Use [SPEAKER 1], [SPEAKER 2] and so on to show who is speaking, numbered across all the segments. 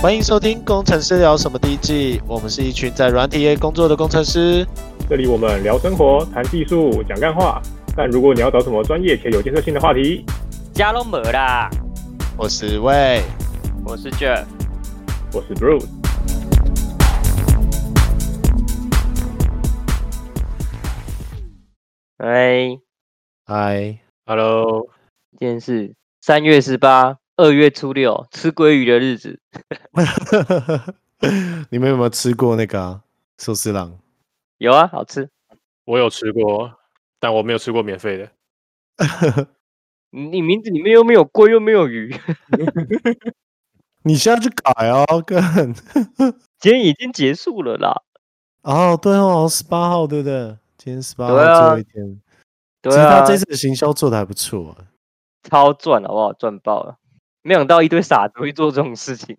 [SPEAKER 1] 欢迎收听《工程师聊什么》第一季，我们是一群在软体业工作的工程师。
[SPEAKER 2] 这里我们聊生活、谈技术、讲干话。但如果你要找什么专业且有建设性的话题，
[SPEAKER 3] 加隆没啦，
[SPEAKER 1] 我是魏，
[SPEAKER 3] 我是 Jeff，
[SPEAKER 2] 我是 Bruce。
[SPEAKER 3] 哎，
[SPEAKER 1] 嗨，
[SPEAKER 4] Hello，
[SPEAKER 3] 今天是三月十八，二月初六，吃鲑鱼的日子。
[SPEAKER 1] 你们有没有吃过那个啊寿、司郎？
[SPEAKER 3] 有啊，好吃。
[SPEAKER 4] 我有吃过，但我没有吃过免费的。
[SPEAKER 3] 你你名字里面又没有鲑，又没有鱼，
[SPEAKER 1] 你现在去改哦，干。
[SPEAKER 3] 今天已经结束了啦。
[SPEAKER 1] 哦，对哦，好像十八号对不对？今天十八号
[SPEAKER 3] 对啊
[SPEAKER 1] 最后一天，
[SPEAKER 3] 对
[SPEAKER 1] 其实他
[SPEAKER 3] 啊，
[SPEAKER 1] 这次的行销做的还不错啊、
[SPEAKER 3] 超赚好不好？赚爆了！没想到一堆傻子会做这种事情。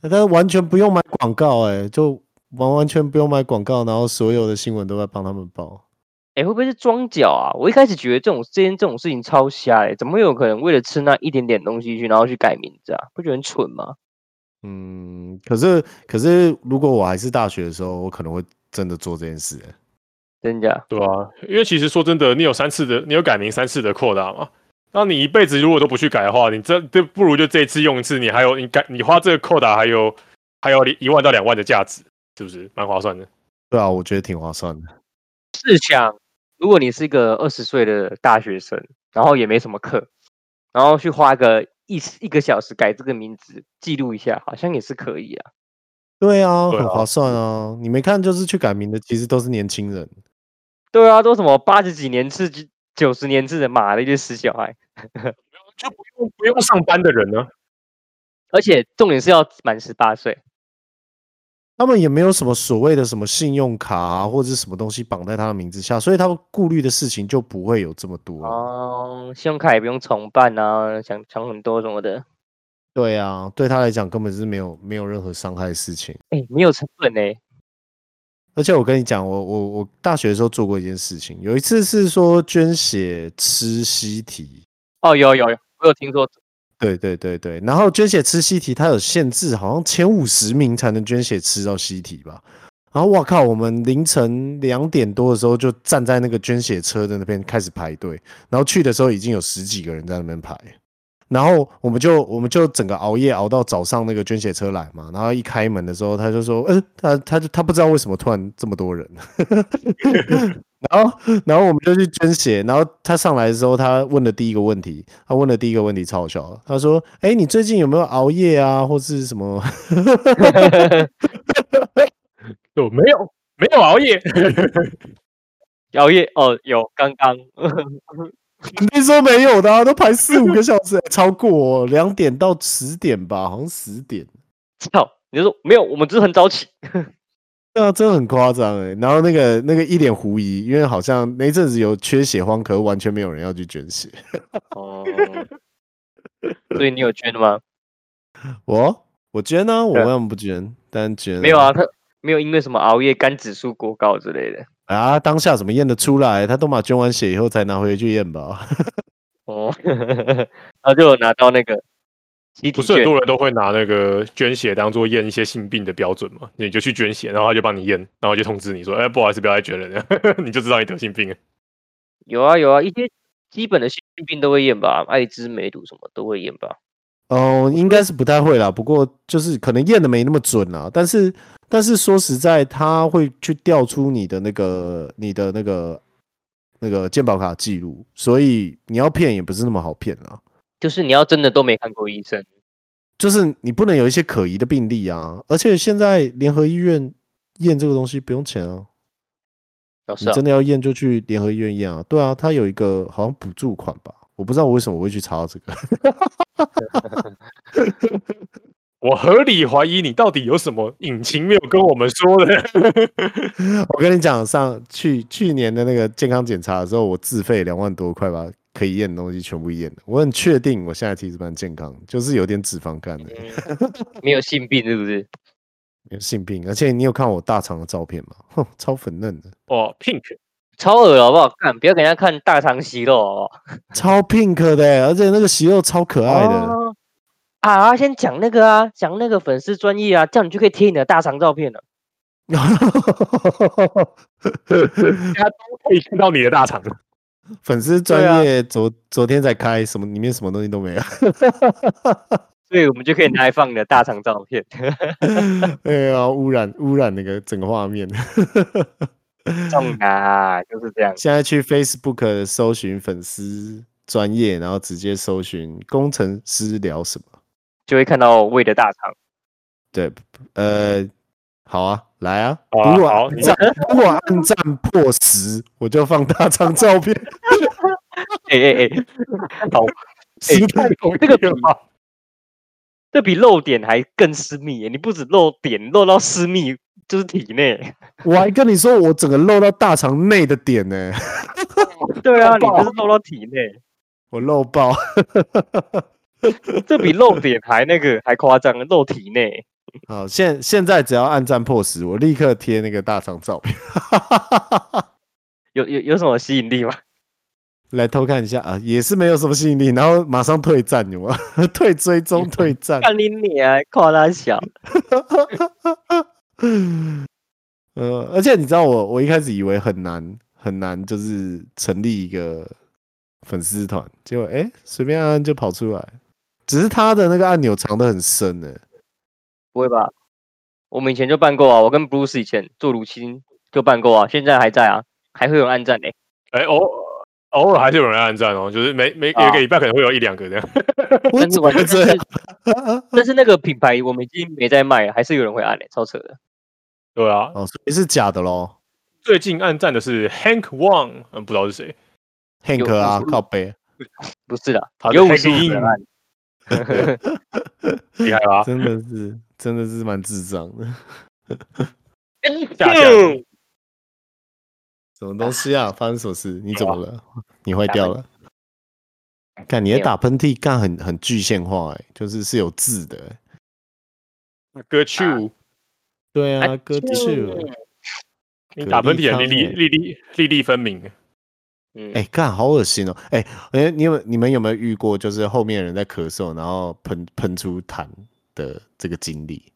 [SPEAKER 1] 但是完全不用买广告、哎，就完完全不用买广告，然后所有的新闻都在帮他们报。
[SPEAKER 3] 哎，会不会是装脚啊？我一开始觉得这种这件这种事情超瞎哎、怎么会有可能为了吃那一点点东西去，然后去改名字啊？不觉得很蠢吗？
[SPEAKER 1] 嗯，可是可是，如果我还是大学的时候，我可能会真的做这件事。欸
[SPEAKER 3] 真假？
[SPEAKER 4] 对啊，因为其实说真的，你有三次的，你有改名三次的扩大嘛？那你一辈子如果都不去改的话，你这这不如就这一次用一次，你还有你改你花这个扩大还有还有一万到两万的价值，是不是蛮划算的？
[SPEAKER 1] 对啊，我觉得挺划算的。
[SPEAKER 3] 试想，如果你是一个二十岁的大学生，然后也没什么课，然后去花个一一个小时改这个名字，记录一下，好像也是可以啊。
[SPEAKER 1] 对啊，
[SPEAKER 4] 对
[SPEAKER 1] 很
[SPEAKER 4] 啊
[SPEAKER 1] 划算啊！你没看，就是去改名的，其实都是年轻人。
[SPEAKER 3] 对啊，都什么八十几年次、九十年次的，妈的一堆死小孩。
[SPEAKER 4] 就不用不用上班的人呢、
[SPEAKER 3] 而且重点是要满十八岁，
[SPEAKER 1] 他们也没有什么所谓的什么信用卡啊，或者是什么东西绑在他的名字下，所以他们顾虑的事情就不会有这么多。
[SPEAKER 3] 哦，信用卡也不用重办啊，想想很多什么的。
[SPEAKER 1] 对啊，对他来讲根本是没有没有任何伤害的事情。
[SPEAKER 3] 哎，没有成本呢、
[SPEAKER 1] 而且我跟你讲，我我我大学的时候做过一件事情，有一次是说捐血吃西提，
[SPEAKER 3] 哦，有有有，我有听说。
[SPEAKER 1] 对对对对，然后捐血吃西提，它有限制，好像前五十名才能捐血吃到西提吧。然后我靠，我们凌晨两点多的时候就站在那个捐血车的那边开始排队，然后去的时候已经有十几个人在那边排，然后我们就我们就整个熬夜熬到早上那个捐血车来嘛，然后一开门的时候他就说，呃，他他就他不知道为什么突然这么多人， 然后然后我们就去捐血，然后他上来的时候，他问的第一个问题，他问的第一个问题超好笑的，他说：“哎，你最近有没有熬夜啊，或是什么
[SPEAKER 4] 就没有没有熬夜，
[SPEAKER 3] 熬夜哦，有刚刚
[SPEAKER 1] 肯定说没有的、啊，都排四五个小时，超过哦两、点到十点吧，好像十点。
[SPEAKER 3] 操，你就说没有，我们只是很早起。
[SPEAKER 1] 对啊，真的很夸张哎。然后那个那个一脸狐疑，因为好像那一阵子有缺血荒，可是完全没有人要去捐血。
[SPEAKER 3] 哦，所以你有捐的吗？
[SPEAKER 1] 我我捐呢、我
[SPEAKER 3] 对
[SPEAKER 1] 为
[SPEAKER 3] 啊
[SPEAKER 1] 什么不捐？但捐
[SPEAKER 3] 没有啊，他没有因为什么熬夜肝指数过高之类的。
[SPEAKER 1] 啊，当下怎么验得出来？他都嘛捐完血以后才拿回去验吧。
[SPEAKER 3] 哦， 然后就有拿到那个集体
[SPEAKER 4] 不是很
[SPEAKER 3] 券，
[SPEAKER 4] 多人都会拿那个捐血当做验一些性病的标准嘛？你就去捐血，然后他就帮你验，然后就通知你说，哎、不好意思，不要再捐了， 这样你就知道你得性病了。
[SPEAKER 3] 有啊有啊，一些基本的性病都会验吧，艾滋、梅毒什么都会验吧。
[SPEAKER 1] 哦，应该是不太会啦，不过就是可能验的没那么准啦。但是，但是说实在，他会去调出你的那个、你的那个、那个健保卡记录，所以你要骗也不是那么好骗啦。
[SPEAKER 3] 就是你要真的都没看过医生，
[SPEAKER 1] 就是你不能有一些可疑的病例啊，而且现在联合医院验这个东西不用钱啊，
[SPEAKER 3] 老师
[SPEAKER 1] 你
[SPEAKER 3] 啊，
[SPEAKER 1] 真的要验就去联合医院验啊。对啊，它有一个好像补助款吧，我不知道我为什么会去查到这个。
[SPEAKER 4] 我合理怀疑你到底有什么隐情没有跟我们说的。
[SPEAKER 1] 我跟你讲，上去去年的那个健康检查的时候，我自费两万多块吧，可以验的东西全部验了。我很确定我现在其实蛮健康，就是有点脂肪肝的
[SPEAKER 3] 嗯没有性病是不是？
[SPEAKER 1] 有性病。而且你有看我大肠的照片吗？ 哼，超粉嫩的，
[SPEAKER 4] 哦，Pink，
[SPEAKER 3] 超恶好不好看？不要给人家看大肠息肉好不好？
[SPEAKER 1] 超 pink 的欸、而且那个息肉超可爱的。
[SPEAKER 3] 哦啊，先讲那个啊，讲那个粉丝专业啊，这样你就可以贴你的大肠照片了。
[SPEAKER 4] 可以看到你的大肠。
[SPEAKER 3] 哎
[SPEAKER 1] 粉丝专业昨昨天才开，什么里面什么东西都没有。
[SPEAKER 3] 所以我们就可以拿来放你的大肠照片。
[SPEAKER 1] 哎呀，污染污染那个整个画面。
[SPEAKER 3] 中啊，就是这样。
[SPEAKER 1] 现在去 Facebook 搜寻粉丝专业，然后直接搜寻工程师聊什么。
[SPEAKER 3] 就会看到胃的大肠。
[SPEAKER 1] 对，呃，好啊，来啊，
[SPEAKER 4] 好啊
[SPEAKER 1] 如果
[SPEAKER 4] 好
[SPEAKER 1] 按
[SPEAKER 4] 你
[SPEAKER 1] 赞，如果按赞破十，我就放大张照片。
[SPEAKER 3] 哎哎哎，好，
[SPEAKER 1] 时代
[SPEAKER 4] 同
[SPEAKER 3] 这个比
[SPEAKER 4] 吧？
[SPEAKER 3] 这比漏点还更私密耶！你不止漏点，漏到私密就是体内。
[SPEAKER 1] 我还跟你说，我整个漏到大肠内的点呢、
[SPEAKER 3] 对啊，
[SPEAKER 4] 好
[SPEAKER 3] 你
[SPEAKER 4] 爆
[SPEAKER 3] 这是漏到体内，
[SPEAKER 1] 我漏爆。
[SPEAKER 3] 这比漏点还那个还夸张，漏体内。
[SPEAKER 1] 好，现现在只要按赞破十，我立刻贴那个大肠照片
[SPEAKER 3] 有有有什么吸引力吗？
[SPEAKER 1] 来偷看一下啊，也是没有什么吸引力，然后马上退赞，有吗？ 退追踪、退赞。
[SPEAKER 3] 看你脸，夸他小，
[SPEAKER 1] 呃，而且你知道我，我一开始以为很难很难，就是成立一个粉丝团，结果哎，随便按按就跑出来。只是他的那个按钮藏得很深呢、
[SPEAKER 3] 不会吧？我们以前就办过啊，我跟 Bruce 以前做乳清就办过啊，现在还在啊，还会有暗战呢、
[SPEAKER 4] 哎，偶偶尔还是有人按赞哦，就是每每
[SPEAKER 3] 啊
[SPEAKER 4] 有一个礼拜可能会有一两个这样。
[SPEAKER 1] 我
[SPEAKER 3] 但是
[SPEAKER 1] 怎
[SPEAKER 3] 我
[SPEAKER 1] 么会这样？
[SPEAKER 3] 但是那个品牌我们已经没在卖了，还是有人会按嘞、超扯的。
[SPEAKER 4] 对啊，
[SPEAKER 1] 哦，所以是假的喽
[SPEAKER 4] 最近按赞的是 Hank Wang，嗯，不知道是谁。
[SPEAKER 1] ，Hank 啊，靠背，
[SPEAKER 3] 不是的
[SPEAKER 4] 好，的
[SPEAKER 3] 有五啊
[SPEAKER 4] 太
[SPEAKER 3] 十
[SPEAKER 4] 低
[SPEAKER 3] 五
[SPEAKER 4] 了
[SPEAKER 3] 人 按，
[SPEAKER 4] 厉害吧？
[SPEAKER 1] 真的是真的是蛮智障的，
[SPEAKER 4] 下降
[SPEAKER 3] 嗯
[SPEAKER 1] 什么东西啊？发生什么事？你怎么了？你坏
[SPEAKER 3] 打
[SPEAKER 1] 掉
[SPEAKER 3] 喷
[SPEAKER 1] 了？看你的
[SPEAKER 3] 啊没有
[SPEAKER 1] 打喷嚏，干很很具象化、欸，就是是有字的欸、
[SPEAKER 4] 歌曲，
[SPEAKER 1] 对啊，
[SPEAKER 3] 啊
[SPEAKER 1] 哥去。
[SPEAKER 4] 你
[SPEAKER 1] 蛤蜊
[SPEAKER 4] 打喷嚏啊，
[SPEAKER 1] 汤
[SPEAKER 4] 粒粒
[SPEAKER 1] 欸
[SPEAKER 4] 粒粒粒粒分明。
[SPEAKER 3] 嗯，
[SPEAKER 1] 哎、干好恶心哦！哎、哎，你有你们有没有遇过，就是后面的人在咳嗽，然后喷喷出痰的这个经历？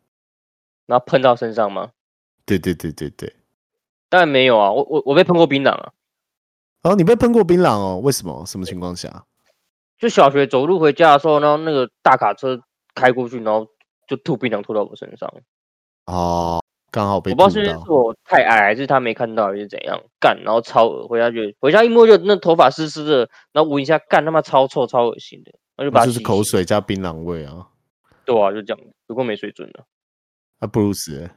[SPEAKER 3] 然后喷到身上吗？
[SPEAKER 1] 对对对对对。
[SPEAKER 3] 当然没有啊，我我我被喷过槟榔啊，
[SPEAKER 1] 哦，你被喷过槟榔哦？为什么？什么情况下？
[SPEAKER 3] 就小学走路回家的时候，然后那个大卡车开过去，然后就吐槟榔吐到我身上，
[SPEAKER 1] 哦，刚好
[SPEAKER 3] 我
[SPEAKER 1] 被吐
[SPEAKER 3] 不知道是因为是
[SPEAKER 1] 到。
[SPEAKER 3] 我太矮，还是他没看到，还是怎样，干，然后超恶，回家就回家一摸就那头发湿湿的，然后闻一下，干他妈超臭超恶心的，然后就把
[SPEAKER 1] 那
[SPEAKER 3] 它
[SPEAKER 1] 哦就是
[SPEAKER 3] 洗一
[SPEAKER 1] 口
[SPEAKER 3] 洗，
[SPEAKER 1] 水加槟榔味啊！
[SPEAKER 3] 对啊，就这样，不过没水准了，
[SPEAKER 1] 啊，布鲁斯，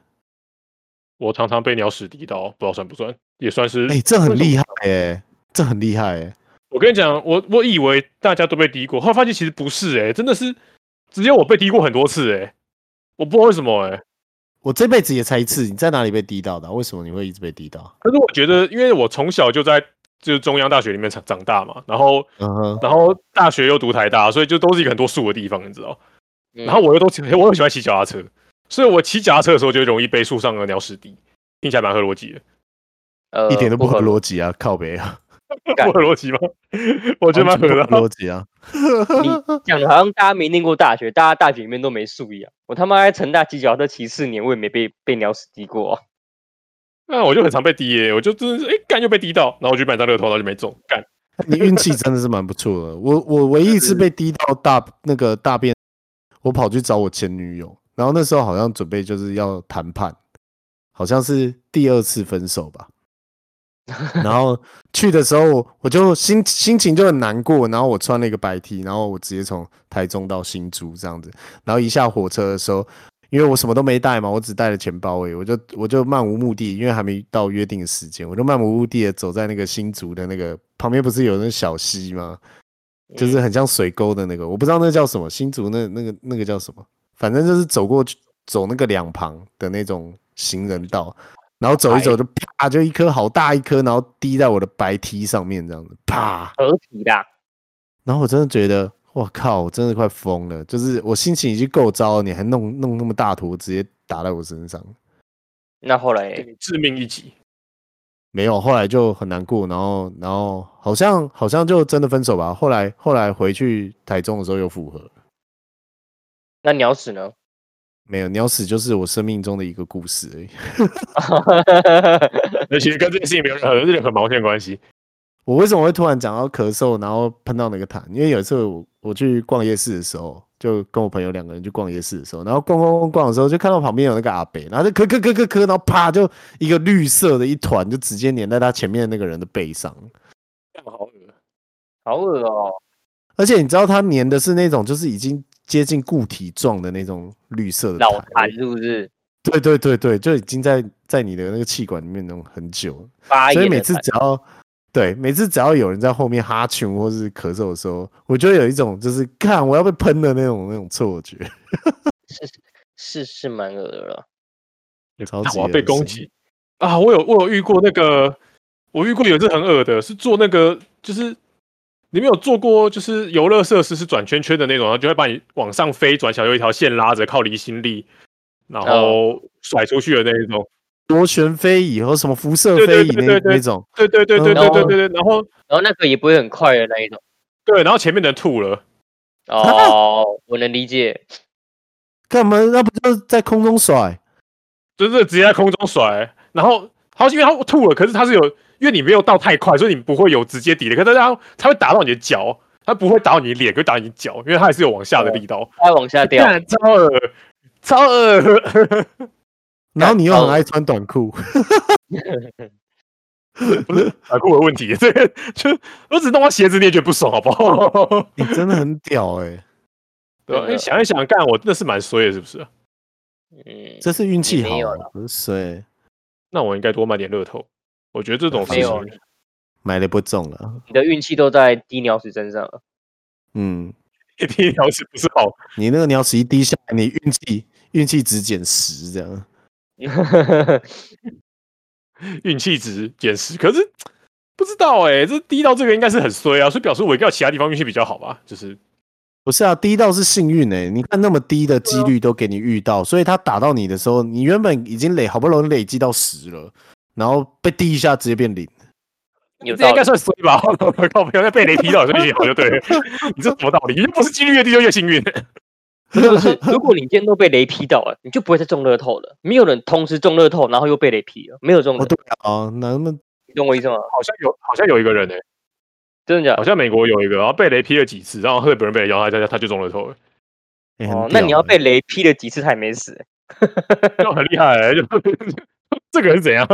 [SPEAKER 4] 我常常被鸟屎滴到，不知道算不算，也算是。
[SPEAKER 1] 哎、这很
[SPEAKER 3] 为什
[SPEAKER 1] 厉害
[SPEAKER 3] 么
[SPEAKER 1] 哎、这很厉害哎、
[SPEAKER 4] 我跟你讲，我我以为大家都被滴过，后来发现其实不是、欸，真的是只有我被滴过很多次、欸，我不知道为什么、欸，
[SPEAKER 1] 我这辈子也才一次，你在哪里被滴到的啊、为什么你会一直被滴到？
[SPEAKER 4] 可是我觉得，因为我从小就在就是中央大学里面长长大嘛，然后
[SPEAKER 1] 嗯哼，
[SPEAKER 4] 然后大学又读台大，所以就都是一个很多树的地方，你知道。
[SPEAKER 3] 嗯
[SPEAKER 4] 然后我又都骑我又喜欢骑脚踏车，所以我骑脚踏车的时候就容易被树上的鸟屎滴，听起来蛮合逻辑的。
[SPEAKER 3] 呃
[SPEAKER 1] 一点都不合
[SPEAKER 3] 可
[SPEAKER 1] 逻辑啊，靠北啊，
[SPEAKER 3] 干
[SPEAKER 4] 不 合逻辑吗？我觉得
[SPEAKER 1] 完
[SPEAKER 4] 蛮合
[SPEAKER 1] 全
[SPEAKER 4] 的
[SPEAKER 1] 不
[SPEAKER 4] 啊。
[SPEAKER 1] 合逻辑啊。
[SPEAKER 3] 你讲的好像大家没念过大学，大家大学里面都没树一样。我他妈在成大骑脚踏车骑四年，我也没被被鸟屎滴过、啊。
[SPEAKER 4] 那我就很常被滴、欸，我就真的是哎干、又被滴到，然后我就买张乐透，然后就没中，干。
[SPEAKER 1] 你 运气真的是蛮不错的。我我唯一一次被滴到大那个大便，我跑去找我前女友，然后那时候好像准备就是要谈判，好像是第二次分手吧。然后去的时候，我就心心情就很难过。然后我穿了一个白 T，然后我直接从台中到新竹这样子。然后一下火车的时候，因为我什么都没带嘛，我只带了钱包而已，我就我就漫无目的，因为还没到约定的时间，我就漫无目的的走在那个新竹的那个旁边，不是有那小溪吗？
[SPEAKER 3] 嗯
[SPEAKER 1] 就是很像水沟的那个，我不知道那叫什么，新竹那那个那个叫什么，反正就是走过去走那个两旁的那种行人道，然后走一走就啪就一颗好大一颗，然后滴在我的白 T 上面这样子，啪，
[SPEAKER 3] 合体的啊、
[SPEAKER 1] 然后我真的觉得，我靠，我真的快疯了！就是我心情已经够糟了，你还弄弄那么大坨，直接打在我身上。
[SPEAKER 3] 那后来
[SPEAKER 4] 致命一击。
[SPEAKER 1] 没有，后来就很难过，然后然后好像好像就真的分手吧。后来后来回去台中的时候又复合，
[SPEAKER 3] 那鸟屎 呢？
[SPEAKER 1] 没有鸟屎就是我生命中的一个故事而已。
[SPEAKER 4] 那其实跟这件事情没有任何任何毛线关系。
[SPEAKER 1] 我为什么会突然讲到咳嗽，然后喷到那个痰？因为有一次我我去逛夜市的时候，就跟我朋友两个人去逛夜市的时候，然后逛逛逛逛的时候，就看到旁边有那个阿北，然后就咳咳咳咳咳，然后啪就一个绿色的一团就直接粘在他前面那个人的背上，
[SPEAKER 4] 这样好恶
[SPEAKER 3] 好恶哦、
[SPEAKER 1] 而且你知道他粘的是那种就是已经接近固体状的那种绿色的
[SPEAKER 3] 脑
[SPEAKER 1] 痰，
[SPEAKER 3] 残是不是？
[SPEAKER 1] 对对对对，就已经在在你的那个气管里面那种很久了。
[SPEAKER 4] 啊
[SPEAKER 3] 发
[SPEAKER 1] 所以
[SPEAKER 3] 炎
[SPEAKER 1] 每
[SPEAKER 3] 的
[SPEAKER 1] 次
[SPEAKER 3] 痰
[SPEAKER 1] 只要对每次只要有人在后面哈欠或是咳嗽的时候，我就有一种就是看我要被喷的那种那种错觉。
[SPEAKER 3] 是是蛮恶的了。
[SPEAKER 1] 超
[SPEAKER 4] 啊
[SPEAKER 1] 级
[SPEAKER 4] 我要被
[SPEAKER 1] 恶
[SPEAKER 4] 攻
[SPEAKER 1] 心
[SPEAKER 4] 击啊！我有我有遇过那个，我遇过有一次很恶的，是做那个就是你们有做过就是游乐设施是转圈圈的那种，然后就会把你往上飞，转小有一条线拉着，靠离心力，然后甩出去的那一种。
[SPEAKER 1] 螺旋飞蚁和什么辐射
[SPEAKER 4] 对对
[SPEAKER 1] 飞蚁那
[SPEAKER 4] 对对对
[SPEAKER 1] 那种，
[SPEAKER 4] 对对对对对对对对，然后
[SPEAKER 3] 然后那个也不会很快的那 一种。
[SPEAKER 4] 对，然后前面的人吐了，
[SPEAKER 3] 哦，我能理解。
[SPEAKER 1] 干嘛？那不就是在空中甩？
[SPEAKER 4] 就是直接在空中甩，然后好因为他吐了，可是他是有因为你没有到太快，所以你不会有直接抵的，可是他他会打到你的脚。他不会打到你脸，可会打到你脚，因为他还是有往下的力道。
[SPEAKER 3] 它往 下
[SPEAKER 1] 啊
[SPEAKER 3] 掉，
[SPEAKER 4] 干超恶，超恶，
[SPEAKER 1] 然后你又
[SPEAKER 3] 干
[SPEAKER 1] 很
[SPEAKER 3] 哦
[SPEAKER 1] 爱穿短 裤，
[SPEAKER 4] 啊，裤的问题，这个就我只弄到鞋子，你也觉得不爽，好不好？
[SPEAKER 1] 你真的很屌哎、
[SPEAKER 4] 对吧
[SPEAKER 3] 真的
[SPEAKER 4] 你想一想，干我真的是蛮衰的，是不是？
[SPEAKER 3] 嗯，
[SPEAKER 1] 这是运气
[SPEAKER 3] 也
[SPEAKER 1] 好
[SPEAKER 3] 没有
[SPEAKER 1] 啊，不是衰，
[SPEAKER 4] 那我应该多买点乐透。我觉得这种事
[SPEAKER 3] 没有
[SPEAKER 4] 情，
[SPEAKER 1] 买了不中了。
[SPEAKER 3] 你的运气都在低鸟屎身上 了。
[SPEAKER 1] 嗯，
[SPEAKER 4] 一定条是不是好？
[SPEAKER 1] 你那个鸟屎一滴下来，你运气运气只减十这样。
[SPEAKER 4] 运气值减十，可是不知道哎、这低到这个应该是很衰啊，所以表示我应该有其他地方运气比较好吧？就是
[SPEAKER 1] 不是啊，低到是幸运哎、你看那么低的
[SPEAKER 3] 啊
[SPEAKER 1] 几率都给你遇到，所以他打到你的时候，你原本已经累，好不容易累积到十了，然后被滴一下直接变零。
[SPEAKER 3] 有
[SPEAKER 4] 这
[SPEAKER 3] 道
[SPEAKER 4] 应该
[SPEAKER 3] 理，
[SPEAKER 4] 算衰吧？ 靠，不要再被雷劈到，所以运气好就 对了。你这什么道理？又不是几率越低就越幸运。
[SPEAKER 3] 就是如果你今天都被雷劈到了，你就不会再中乐透了。没有人同时中乐透，然后又被雷劈了，没有这种
[SPEAKER 1] 哦，
[SPEAKER 3] 人，
[SPEAKER 1] 对啊，那么
[SPEAKER 3] 你懂我意思吗？
[SPEAKER 4] 好像有，好像有一个人哎、
[SPEAKER 3] 真的假
[SPEAKER 1] 哦
[SPEAKER 4] 好
[SPEAKER 3] 的？
[SPEAKER 4] 像美国有一个，然后被雷劈了几次，然后日本人被雷劈，然后他他他就中了头了，
[SPEAKER 1] 也很屌
[SPEAKER 3] 哦
[SPEAKER 1] 欸、，
[SPEAKER 3] 那你要被雷劈了几次，他也没死，
[SPEAKER 4] 就很厉害、欸， 就这个人怎样？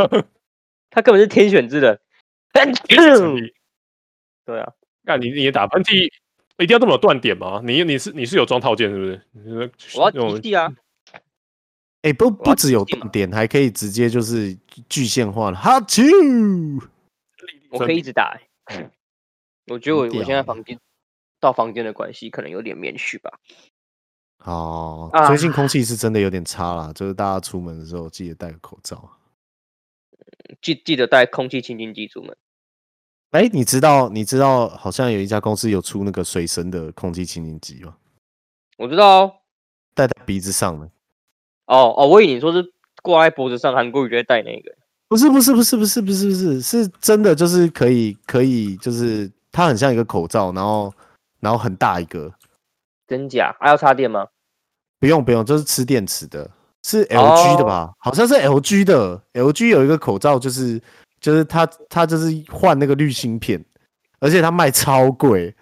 [SPEAKER 3] 他根本是天选 之人。 对啊，
[SPEAKER 4] 那你你也打喷嚏，一定要这么有断点吗？你你是你是有装套件是不是？你是
[SPEAKER 3] 我要
[SPEAKER 4] 那种
[SPEAKER 3] 提气啊！
[SPEAKER 1] 哎、不
[SPEAKER 3] 我要
[SPEAKER 1] 不只有
[SPEAKER 3] 进嘛
[SPEAKER 1] 动点，还可以直接就是具现化了。哈啾！
[SPEAKER 3] 我可以一直打、欸。我觉得我
[SPEAKER 1] 很
[SPEAKER 3] 我现
[SPEAKER 1] 屌
[SPEAKER 3] 在
[SPEAKER 1] 欸
[SPEAKER 3] 房间到房间的关系，可能有点面虚吧。
[SPEAKER 1] 哦，
[SPEAKER 3] 啊
[SPEAKER 1] 最近空气是真的有点差啦，就是大家出门的时候记得戴个口罩。啊
[SPEAKER 3] 记记得带空气清净剂出门。
[SPEAKER 1] 哎、你知道你知道好像有一家公司有出那个随身的空气清净机吗？
[SPEAKER 3] 我知道哦，
[SPEAKER 1] 戴在鼻子上的。
[SPEAKER 3] 哦哦，我以为你说是挂在脖子上，韩国语就会戴那个。
[SPEAKER 1] 不是不是不是不是不是不是是真的，就是可以可以，就是它很像一个口罩，然后然后很大一个，
[SPEAKER 3] 真假？啊还、要插电吗？
[SPEAKER 1] 不用不用，就是吃电池的，是 LG 的吧？好像是 LG 的，LG 有一个口罩，就是就是它它就是换那个滤芯片，而且它卖超贵，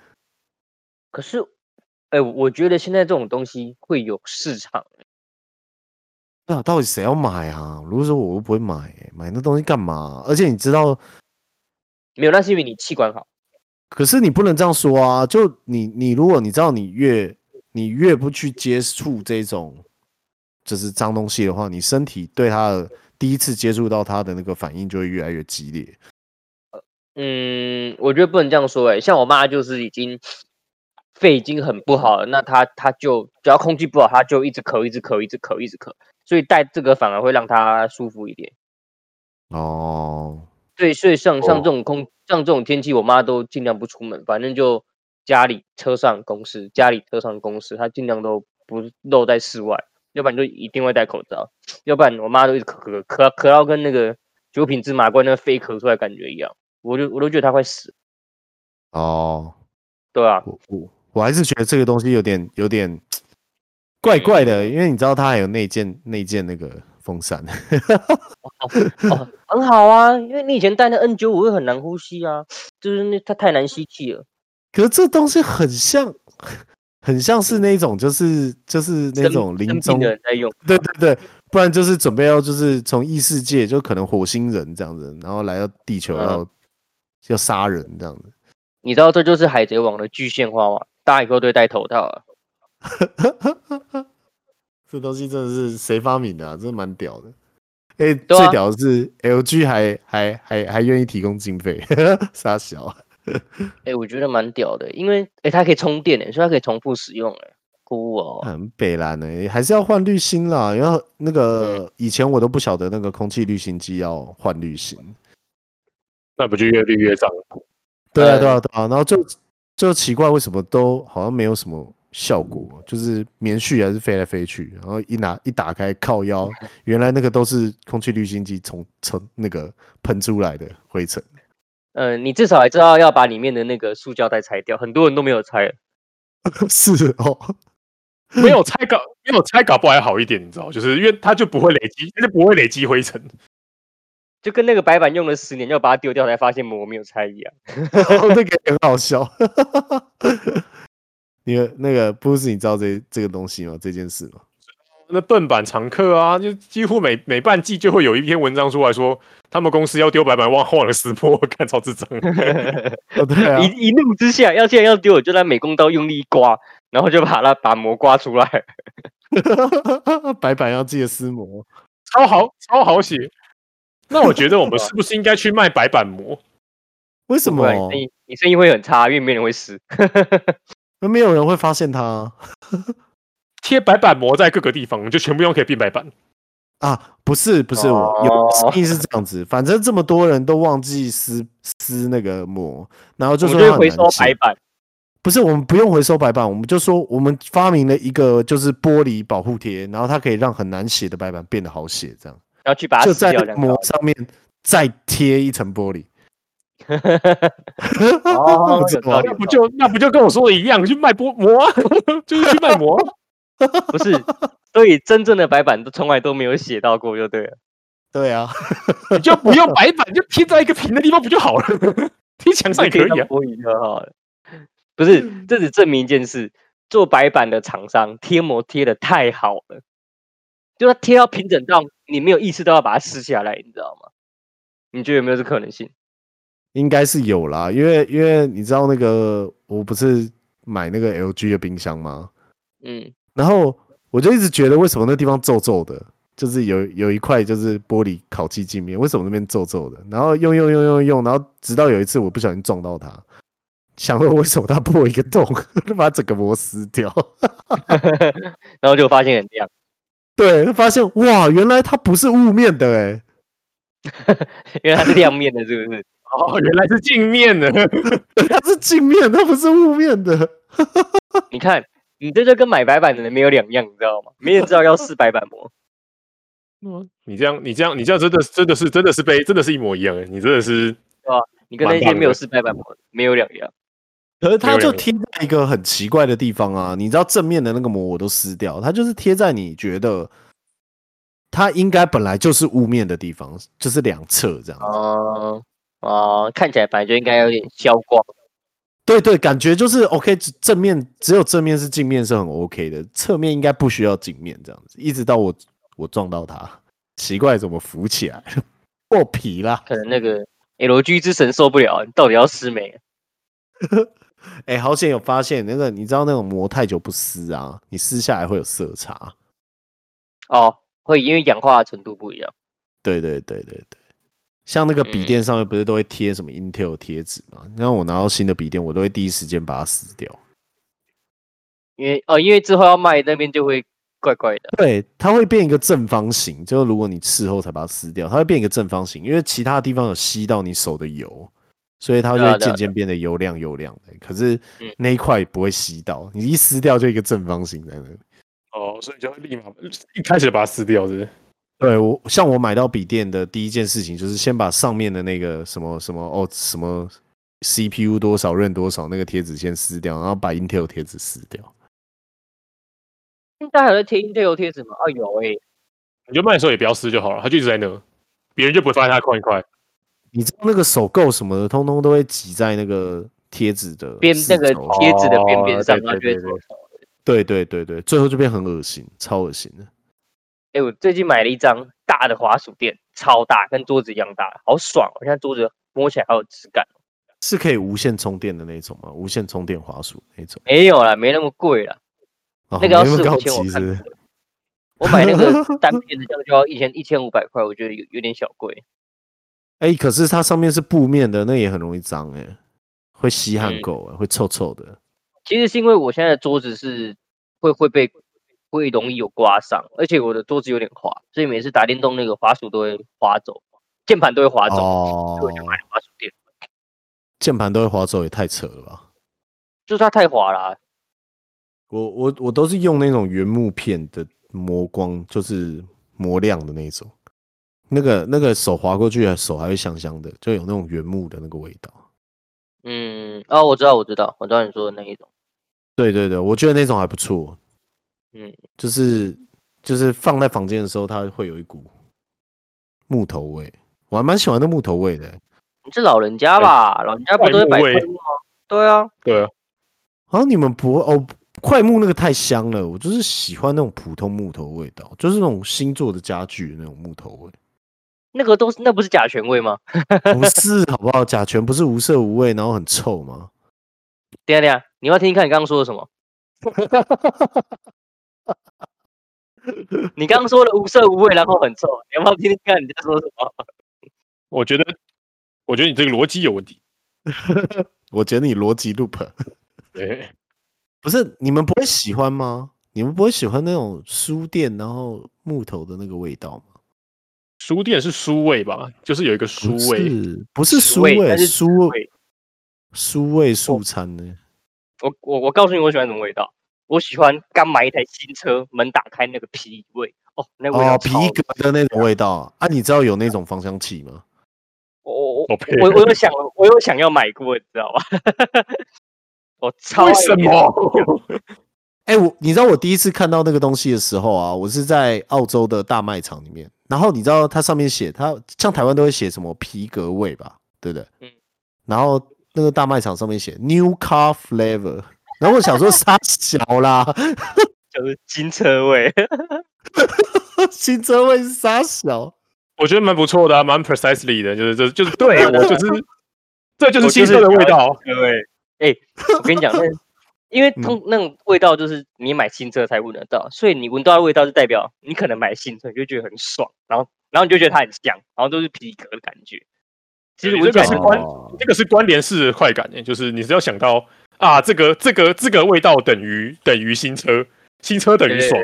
[SPEAKER 3] 可是，哎、我觉得现在这种东西会有市场。
[SPEAKER 1] 那到底谁要买啊？如果说我又不会买、买那东西干嘛？而且你知道，
[SPEAKER 3] 没有，那是因为你气管好。
[SPEAKER 1] 可是你不能这样说啊！就你你如果你知道你越你越不去接触这种就是脏东西的话，你身体对它的第一次接触到它的那个反应就会越来越激烈。
[SPEAKER 3] 嗯，我觉得不能这样说、欸。哎，像我妈就是已经肺已经很不好了，那她她就只要空气不好，她就一直咳，一直咳，一直咳，一直咳。所以戴这个反而会让她舒服一点。
[SPEAKER 1] 哦，
[SPEAKER 3] 对，所以像
[SPEAKER 4] 哦
[SPEAKER 3] 像这种空，像这种天气，我妈都尽量不出门，反正就家里、车上、公司，家里、车上、公司，她尽量都不露在室外，要不然就一定会戴口罩，要不然我妈都一直咳咳咳咳到跟那个九品芝麻官那个飞咳出来感觉一样，我就我都觉得她快死了，
[SPEAKER 1] 哦，
[SPEAKER 3] 对啊，
[SPEAKER 1] 我我我还是觉得这个东西有点有点怪怪的，因为你知道它还有内建内建那个风扇，
[SPEAKER 3] 哦，很好啊，因为你以前戴那 N 9 5会很难呼吸啊，就是那它太难吸气了，
[SPEAKER 1] 可是这东西很像，很像是那种就是就是那
[SPEAKER 3] 生
[SPEAKER 1] 种
[SPEAKER 3] 生
[SPEAKER 1] 临
[SPEAKER 3] 病
[SPEAKER 1] 终，
[SPEAKER 3] 的人在用，
[SPEAKER 1] 对对对，不然就是准备要就是从异世界就可能火星人这样子，然后来到地球
[SPEAKER 3] 嗯
[SPEAKER 1] 要、要杀人这样子，
[SPEAKER 3] 你知道这就是海贼王的具现化吗？大家以后都会戴头套啊，
[SPEAKER 1] 这东西真的是谁发明的啊？真的蛮屌的。哎、
[SPEAKER 3] 对啊
[SPEAKER 1] 最屌的是 LG 还还还还愿意提供经费， 傻小啊。
[SPEAKER 3] 哎、我觉得蛮屌的，因为哎、诶它可以充电诶，所以它可以重复使用哎，酷哦，
[SPEAKER 1] 很北蓝呢、还是要换滤芯啦。然后那个以前我都不晓得那个空气滤芯机要换滤芯。
[SPEAKER 4] 那不就越绿越脏？
[SPEAKER 1] 对啊，
[SPEAKER 3] 呃
[SPEAKER 1] 对啊，对啊。然后就就奇怪为什么都好像没有什么效果，就是棉絮还是飞来飞去。然后一拿一打开靠腰， 原来那个都是空气滤芯机从从那个喷出来的灰尘。
[SPEAKER 3] 呃，你至少还知道要把里面的那个塑胶袋拆掉，很多人都没有拆，
[SPEAKER 1] 是哦，
[SPEAKER 4] 没有拆搞，没有拆搞不好还好一点，你知道，就是因为它就不会累积，它就不会累积灰尘。
[SPEAKER 3] 就跟那个白板用了十年要把它丢掉才发现膜没有拆一样。
[SPEAKER 1] 那个也很好笑。 你的那个不是你知道这这个东西吗？这件事吗？
[SPEAKER 4] 那笨板常客啊，就几乎每每半季就会有一篇文章出来说，他们公司要丢白板忘忘了撕破， 看超智障。
[SPEAKER 1] 哦，对啊，
[SPEAKER 3] 一一怒之下，要既然要丢，我就拿美工刀用力一刮，然后就把它把膜刮出来。
[SPEAKER 1] 白板要记得撕膜，
[SPEAKER 4] 超好超好写。那我觉得我 们是不是应该去卖白板膜？
[SPEAKER 1] 为什
[SPEAKER 3] 不
[SPEAKER 1] 么
[SPEAKER 3] 然你生意你生意会很差，因为没人会撕。
[SPEAKER 1] 没有人会发现它啊
[SPEAKER 4] 贴白板膜在各个地方，我们就全部用可以变白板。
[SPEAKER 1] 啊？不是，不是我，
[SPEAKER 3] 哦
[SPEAKER 1] 有一定是这样子。反正这么多人都忘记撕撕那个膜，然后就
[SPEAKER 3] 我们
[SPEAKER 1] 说
[SPEAKER 3] 就会
[SPEAKER 1] 它很
[SPEAKER 3] 回
[SPEAKER 1] 难
[SPEAKER 3] 收
[SPEAKER 1] 洗
[SPEAKER 3] 白板，
[SPEAKER 1] 不是我们不用回收白板，我们就说我们发明了一个就是玻璃保护贴，然后它可以让很难写的白板变得好写，这样
[SPEAKER 3] 然后去把它
[SPEAKER 1] 就
[SPEAKER 3] 撕
[SPEAKER 1] 在
[SPEAKER 3] 掉。这样
[SPEAKER 1] 膜上面再贴一层 玻璃。
[SPEAKER 3] 哦
[SPEAKER 1] 不知
[SPEAKER 3] 有
[SPEAKER 1] 道
[SPEAKER 3] 道理
[SPEAKER 4] 那不就那不就跟我说的一样，去卖薄膜啊， 就是去卖膜啊。
[SPEAKER 3] 搞不是，所以真正的白板都从来都没有写到过，就对了。
[SPEAKER 1] 对啊，
[SPEAKER 4] 你就不用白板，就贴在一个平的地方不就好了？ 贴墙上也可以啊。
[SPEAKER 3] 多余就好了。不是，这只证明一件事：做白板的厂商贴膜贴的太好了，就它贴到平整到你没有意识到要把它撕下来，你知道吗？你觉得有没有这可能性？
[SPEAKER 1] 应该是有啦，因为因为你知道那个我不是买那个 LG 的冰箱吗？
[SPEAKER 3] 嗯，
[SPEAKER 1] 然后我就一直觉得为什么那地方皱皱的，就是有有一块就是玻璃烤漆镜面，为什么那边皱皱的？然后用用用用用，然后直到有一次我不小心撞到它，想说为什么它破一个洞， 就把整个膜撕掉。
[SPEAKER 3] 然后就发现很亮，
[SPEAKER 1] 对，发现哇，原来它不是雾面的哎，
[SPEAKER 3] 因为它是亮面的，是不是？
[SPEAKER 4] 哦，原来是镜面的，
[SPEAKER 1] 它是镜面，它不是雾面的。
[SPEAKER 3] 你看，你这就跟买白板的人没有两样，你知道吗？没人知道要撕白板膜。
[SPEAKER 4] 你这样，你这样，你这样真的真的是真的是被真的是一模一样的，欸你真的是
[SPEAKER 3] 你跟
[SPEAKER 4] 蛮
[SPEAKER 3] 那些
[SPEAKER 4] 棒
[SPEAKER 3] 没有
[SPEAKER 4] 的
[SPEAKER 3] 撕白板膜的没有两样。
[SPEAKER 1] 可是它
[SPEAKER 4] 没有
[SPEAKER 1] 就
[SPEAKER 4] 人
[SPEAKER 1] 贴在一个很奇怪的地方啊！你知道正面的那个膜我都撕掉，它就是贴在你觉得它应该本来就是雾面的地方，就是两侧这样。
[SPEAKER 3] 哦、哦，看起来本来就应该有点消光。
[SPEAKER 1] 对对，感觉就是 OK，只正面只有正面是镜面是很 OK 的，侧面应该不需要镜面这样子。一直到我我撞到它，奇怪怎么浮起来，破皮啦！
[SPEAKER 3] 可能那个 LG 之神受不了，你到底要撕没？
[SPEAKER 1] 哎、好险有发现那个，你知道那种膜太久不撕啊，你撕下来会有色差。
[SPEAKER 3] 哦，会因为氧化的程度不一样。
[SPEAKER 1] 对对对对对，像那个笔
[SPEAKER 3] 嗯
[SPEAKER 1] 电上面不是都会贴什么 Intel 贴纸嘛？然后我拿到新的笔电，我都会第一时间把它撕掉。
[SPEAKER 3] 因为哦，因为之后要卖那边就会怪怪的。
[SPEAKER 1] 对，它会变一个正方形，就是如果你事后才把它撕掉，它会变一个正方形，因为其他地方有吸到你手的油，所以它就
[SPEAKER 3] 对啊
[SPEAKER 1] 会
[SPEAKER 3] 对啊
[SPEAKER 1] 渐渐变得油亮油亮的。可是
[SPEAKER 3] 嗯
[SPEAKER 1] 那一块不会吸到，你一撕掉就一个正方形在那里。
[SPEAKER 4] 哦，所以就立马一开始就把它撕掉，是不是？
[SPEAKER 1] 对我，像我买到笔电的第一件事情就是先把上面的那个什么什么哦什么 CPU 多少认多少那个贴纸先撕掉，然后把 Intel 贴纸撕掉。
[SPEAKER 3] 现在还有在贴 Intel 贴纸吗？啊，有诶、
[SPEAKER 4] 你就卖的时候也不要撕就好了，它就一直在那，别人就不会发现它块一块。
[SPEAKER 1] 你知道那个手垢什么的，通通都会挤在那个贴纸的
[SPEAKER 3] 边
[SPEAKER 1] 四
[SPEAKER 3] 那个
[SPEAKER 1] 周
[SPEAKER 3] 贴纸的边边上，
[SPEAKER 1] 哦
[SPEAKER 3] 然后就
[SPEAKER 1] 对
[SPEAKER 3] 会
[SPEAKER 1] 对对
[SPEAKER 3] 做
[SPEAKER 1] 对对对对对，最后就变很恶心，超恶心的。
[SPEAKER 3] 哎、我最近买了一张大的滑鼠垫，超大，跟桌子一样大，好爽！哦我现在桌子摸起来好有质感。哦
[SPEAKER 1] 是可以无线充电的那种吗？无线充电滑鼠那种？
[SPEAKER 3] 没有啦，没那么贵啦，
[SPEAKER 1] 哦
[SPEAKER 3] 那个要
[SPEAKER 1] 没
[SPEAKER 3] 四
[SPEAKER 1] 么
[SPEAKER 3] 五
[SPEAKER 1] 高
[SPEAKER 3] 千，我
[SPEAKER 1] 级
[SPEAKER 3] 看
[SPEAKER 1] 是不是
[SPEAKER 3] 过了。我买那个单片 的，这样就要一千一千五百块，我觉得有有点小贵。
[SPEAKER 1] 哎、可是它上面是布面的，那也很容易脏哎、会吸汗
[SPEAKER 3] 嗯
[SPEAKER 1] 垢、欸，会臭臭的。
[SPEAKER 3] 其实是因为我现在的桌子是会会被会容易有刮伤，而且我的桌子有点滑，所以每次打电动那个滑鼠都会滑走，键盘都会滑走，
[SPEAKER 1] 哦
[SPEAKER 3] 所以，我就买了滑鼠垫。
[SPEAKER 1] 键盘都会滑走，也太扯了吧！
[SPEAKER 3] 就是它太滑啦、
[SPEAKER 1] 我我我都是用那种原木片的磨光，就是磨亮的那种。那个那个手滑过去，手还会香香的，就有那种原木的那个味道。
[SPEAKER 3] 嗯，哦，我知道，我知道，我知道你说的那一种。
[SPEAKER 1] 对对对，我觉得那种还不错。
[SPEAKER 3] 嗯，
[SPEAKER 1] 就是就是放在房间的时候，它会有一股木头味，我还蛮喜欢那木头味的、
[SPEAKER 3] 你是老人家吧？老人家不都会
[SPEAKER 4] 快
[SPEAKER 3] 摆
[SPEAKER 4] 木味
[SPEAKER 3] 块木吗？对啊，
[SPEAKER 4] 对啊，
[SPEAKER 1] 好像你们不会哦，快木那个太香了，我就是喜欢那种普通木头味道，就是那种星座的家具的那种木头味。
[SPEAKER 3] 那个都是那不是甲醛味吗？
[SPEAKER 1] 不是，好不好？甲醛不是无色无味，然后很臭吗？
[SPEAKER 3] 等一下等一下，你要听听看你刚刚说的什么？ 你刚刚说的无色无味，然后很臭，你要不要听听看你在说什么？
[SPEAKER 4] 我觉得，我觉得你这个逻辑有问题。
[SPEAKER 1] 我觉得你逻辑 loop
[SPEAKER 4] 对，
[SPEAKER 1] 不是你们不会喜欢吗？你们不会喜欢那种书店然后木头的那个味道吗？
[SPEAKER 4] 书店是书味吧，就是有一个书
[SPEAKER 1] 不
[SPEAKER 4] 味。
[SPEAKER 1] 是不是
[SPEAKER 3] 书
[SPEAKER 1] 书
[SPEAKER 3] 味
[SPEAKER 1] 味
[SPEAKER 3] 但是
[SPEAKER 1] 书
[SPEAKER 3] 纸味
[SPEAKER 1] 书味素餐呢？
[SPEAKER 3] 我我我告诉你，我喜欢什么味道？我喜欢刚买一台新车，门打开那个皮味，哦，那味道
[SPEAKER 1] 哦，皮
[SPEAKER 3] 超
[SPEAKER 1] 革的那种味道啊！啊你知道有那种芳香器吗？
[SPEAKER 3] 我我我
[SPEAKER 4] 我
[SPEAKER 3] 我我有想我有想要买过，你知道吧？ 我超
[SPEAKER 4] 为
[SPEAKER 3] 爱
[SPEAKER 4] 什
[SPEAKER 3] 那个
[SPEAKER 4] 么？
[SPEAKER 1] 哎、我你知道我第一次看到那个东西的时候啊，我是在澳洲的大卖场里面，然后你知道它上面写，它像台湾都会写什么皮革味吧，对不对？
[SPEAKER 3] 嗯
[SPEAKER 1] 然后那个大卖场上面写 New Car Flavor，然后 我想说傻小啦，
[SPEAKER 3] 就是金车 味。
[SPEAKER 1] 新车味是傻 小，
[SPEAKER 4] 我觉得蛮不错的、啊，蛮 precisely 的，就是这就是对
[SPEAKER 3] 对
[SPEAKER 4] 我就是，这就是
[SPEAKER 3] 我
[SPEAKER 4] 新
[SPEAKER 3] 就是
[SPEAKER 4] 车的味
[SPEAKER 3] 喜欢
[SPEAKER 4] 道。
[SPEAKER 3] 对， 哎、我跟你讲，那因
[SPEAKER 1] 嗯
[SPEAKER 3] 为通那种味道就是你买新车才闻得到，所以你闻到的味道就代表你可能买新车，你就觉得很爽，然后然后你就觉得它很香，然后都是皮革的感觉。其实
[SPEAKER 4] 你
[SPEAKER 3] 闻
[SPEAKER 4] 这
[SPEAKER 3] 起
[SPEAKER 4] 个是
[SPEAKER 3] 来就
[SPEAKER 4] 关
[SPEAKER 1] 哦
[SPEAKER 4] 这个是关联式的快感、欸，就是你只要想到啊，这个这个这个味道等于等于新车，新车等于爽，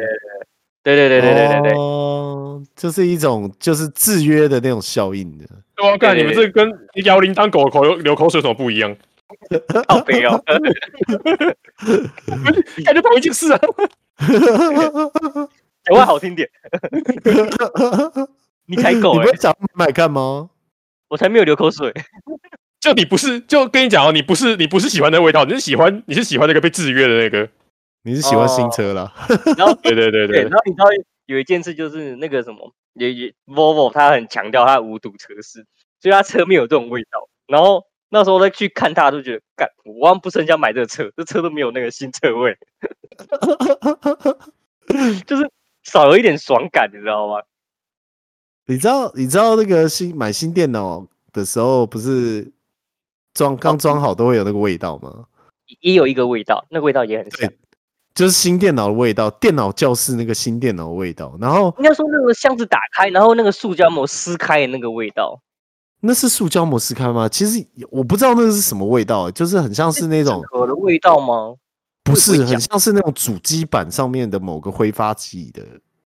[SPEAKER 3] 对对对对对对对对，
[SPEAKER 1] 哦，就是一种就是制约的那种效应的。
[SPEAKER 4] 对啊，干
[SPEAKER 3] 对
[SPEAKER 4] 你们这跟摇铃铛狗口流口水有什么不一样？
[SPEAKER 3] 靠背哦，
[SPEAKER 4] 感觉同一件事啊。
[SPEAKER 3] 讲话啊好 听点，你才狗
[SPEAKER 1] 你不
[SPEAKER 3] 哎、
[SPEAKER 1] 会想买看吗？
[SPEAKER 3] 我才没有流 口水。
[SPEAKER 4] 就你不是，就跟你讲哦，你不是你不是喜欢那个味道，你是喜欢你是喜欢那个被制约的那个。
[SPEAKER 1] 你是喜欢新车啦？
[SPEAKER 3] 然后
[SPEAKER 4] 对对对 对
[SPEAKER 3] 对，然，后你知道有一件事就是那个什么，也也 Volvo 它很强调它无毒测试，所以它车没有这种味道。然后那时候再去看它，就觉得干，我万不是很想买这个车，这车都没有那个新 车味，就是少了一点爽感，你知道吗？
[SPEAKER 1] 你知道你知道那个新买新电脑的时候，不是装刚装好都会有那个味道吗？
[SPEAKER 3] 也有一个味道，那个味道也很像，
[SPEAKER 1] 就是新电脑的味道，电脑教室那个新电脑的味道。然后
[SPEAKER 3] 应该说那个箱子打开，然后那个塑胶膜撕开的那个味道，
[SPEAKER 1] 那是塑胶模式开吗？其实我不知道那个是什么味道，欸就是很像是那种
[SPEAKER 3] 纸壳的味道吗？
[SPEAKER 1] 不
[SPEAKER 3] 会
[SPEAKER 1] 是
[SPEAKER 3] 不会
[SPEAKER 1] 很
[SPEAKER 3] 讲
[SPEAKER 1] 像是那种主机板上面的某个挥发剂的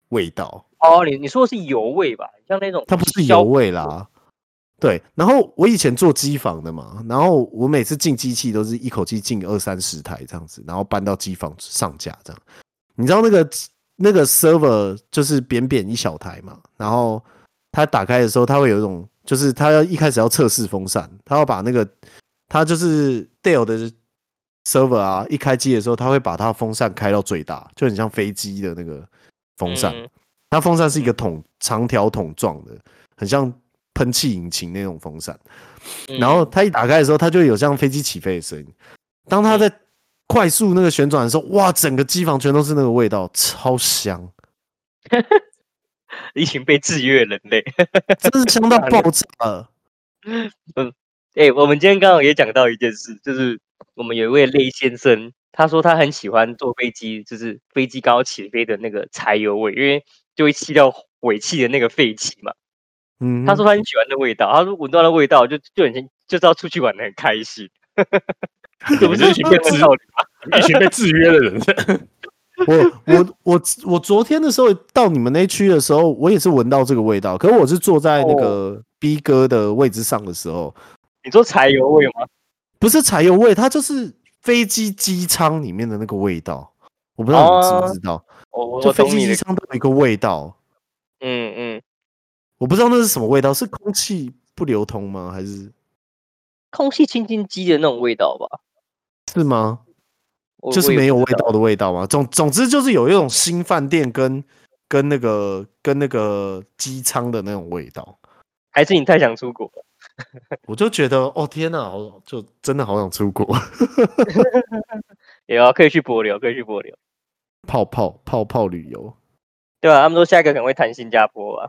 [SPEAKER 1] 味道。
[SPEAKER 3] 哦，你你说的是油味吧？像那种
[SPEAKER 1] 它不是
[SPEAKER 3] 消
[SPEAKER 1] 油味啦。对，然后我以前做机房的嘛，然后我每次进机器都是一口气进二三十台这样子，然后搬到机房上架这样。你知道那个那个 server 就是扁扁一小台嘛，然后它打开的时候，它会有一种，就是它要一开始要测试风扇，它要把那个它就是 Dell 的 server 啊，一开机的时候，它会把它的风扇开到最大，就很像飞机的那个风扇。
[SPEAKER 3] 嗯
[SPEAKER 1] 它风扇是一个桶长条桶状的，很像喷气引擎那种风扇。
[SPEAKER 3] 嗯
[SPEAKER 1] 然后它一打开的时候，它就有像飞机起飞的声音。当它
[SPEAKER 3] 嗯
[SPEAKER 1] 在快速那个旋转的时候，哇，整个机房全都是那个味道，超 香，
[SPEAKER 3] 疫情被制约人类。
[SPEAKER 1] 真是香到爆炸了。
[SPEAKER 3] 哎、我们今天刚好也讲到一件事，就是我们有一位类先生，他说他很喜欢坐飞机，就是飞机刚好起飞的那个柴油味，因为就会吸到尾气的那个废气嘛。
[SPEAKER 1] 嗯哼，
[SPEAKER 3] 他说他很喜欢的味道，他说闻到那味道就就很像就知道出去玩的很开 心。
[SPEAKER 4] 你们这一群被制
[SPEAKER 3] 知道
[SPEAKER 4] 一群被制约的人，
[SPEAKER 1] 我我我我昨天的时候到你们那区的时候，我也是闻到这个味道，可我是坐在那
[SPEAKER 3] 哦
[SPEAKER 1] 个 B 哥的位置上的时候，
[SPEAKER 3] 你说柴油味吗？
[SPEAKER 1] 不是柴油味，它就是飞机机舱里面的那个味道。我不知道你知不知道，
[SPEAKER 3] 我我
[SPEAKER 1] 就
[SPEAKER 3] 哦我
[SPEAKER 1] 飞
[SPEAKER 3] 懂
[SPEAKER 1] 机
[SPEAKER 3] 你
[SPEAKER 1] 机
[SPEAKER 3] 的，
[SPEAKER 1] 舱都有一个味道，
[SPEAKER 3] 嗯嗯，
[SPEAKER 1] 我不知道那是什么味道，是空气不流通吗？还是
[SPEAKER 3] 空气清净机的那种味道吧，
[SPEAKER 1] 是吗？
[SPEAKER 3] 我
[SPEAKER 1] 就是
[SPEAKER 3] 我也
[SPEAKER 1] 没有
[SPEAKER 3] 不
[SPEAKER 1] 味
[SPEAKER 3] 知道
[SPEAKER 1] 道的味道嘛。总总之就是有一种新饭店跟跟那个跟那个机舱的那种味道。
[SPEAKER 3] 还是你太想出国了？
[SPEAKER 1] 我就觉得，哦天哪，好就真的好想出国，
[SPEAKER 3] 有啊，可以去柏流，可以去柏流，
[SPEAKER 1] 泡泡泡泡旅游
[SPEAKER 3] 对啊吧、他们说下一个可能会谈新加坡吧？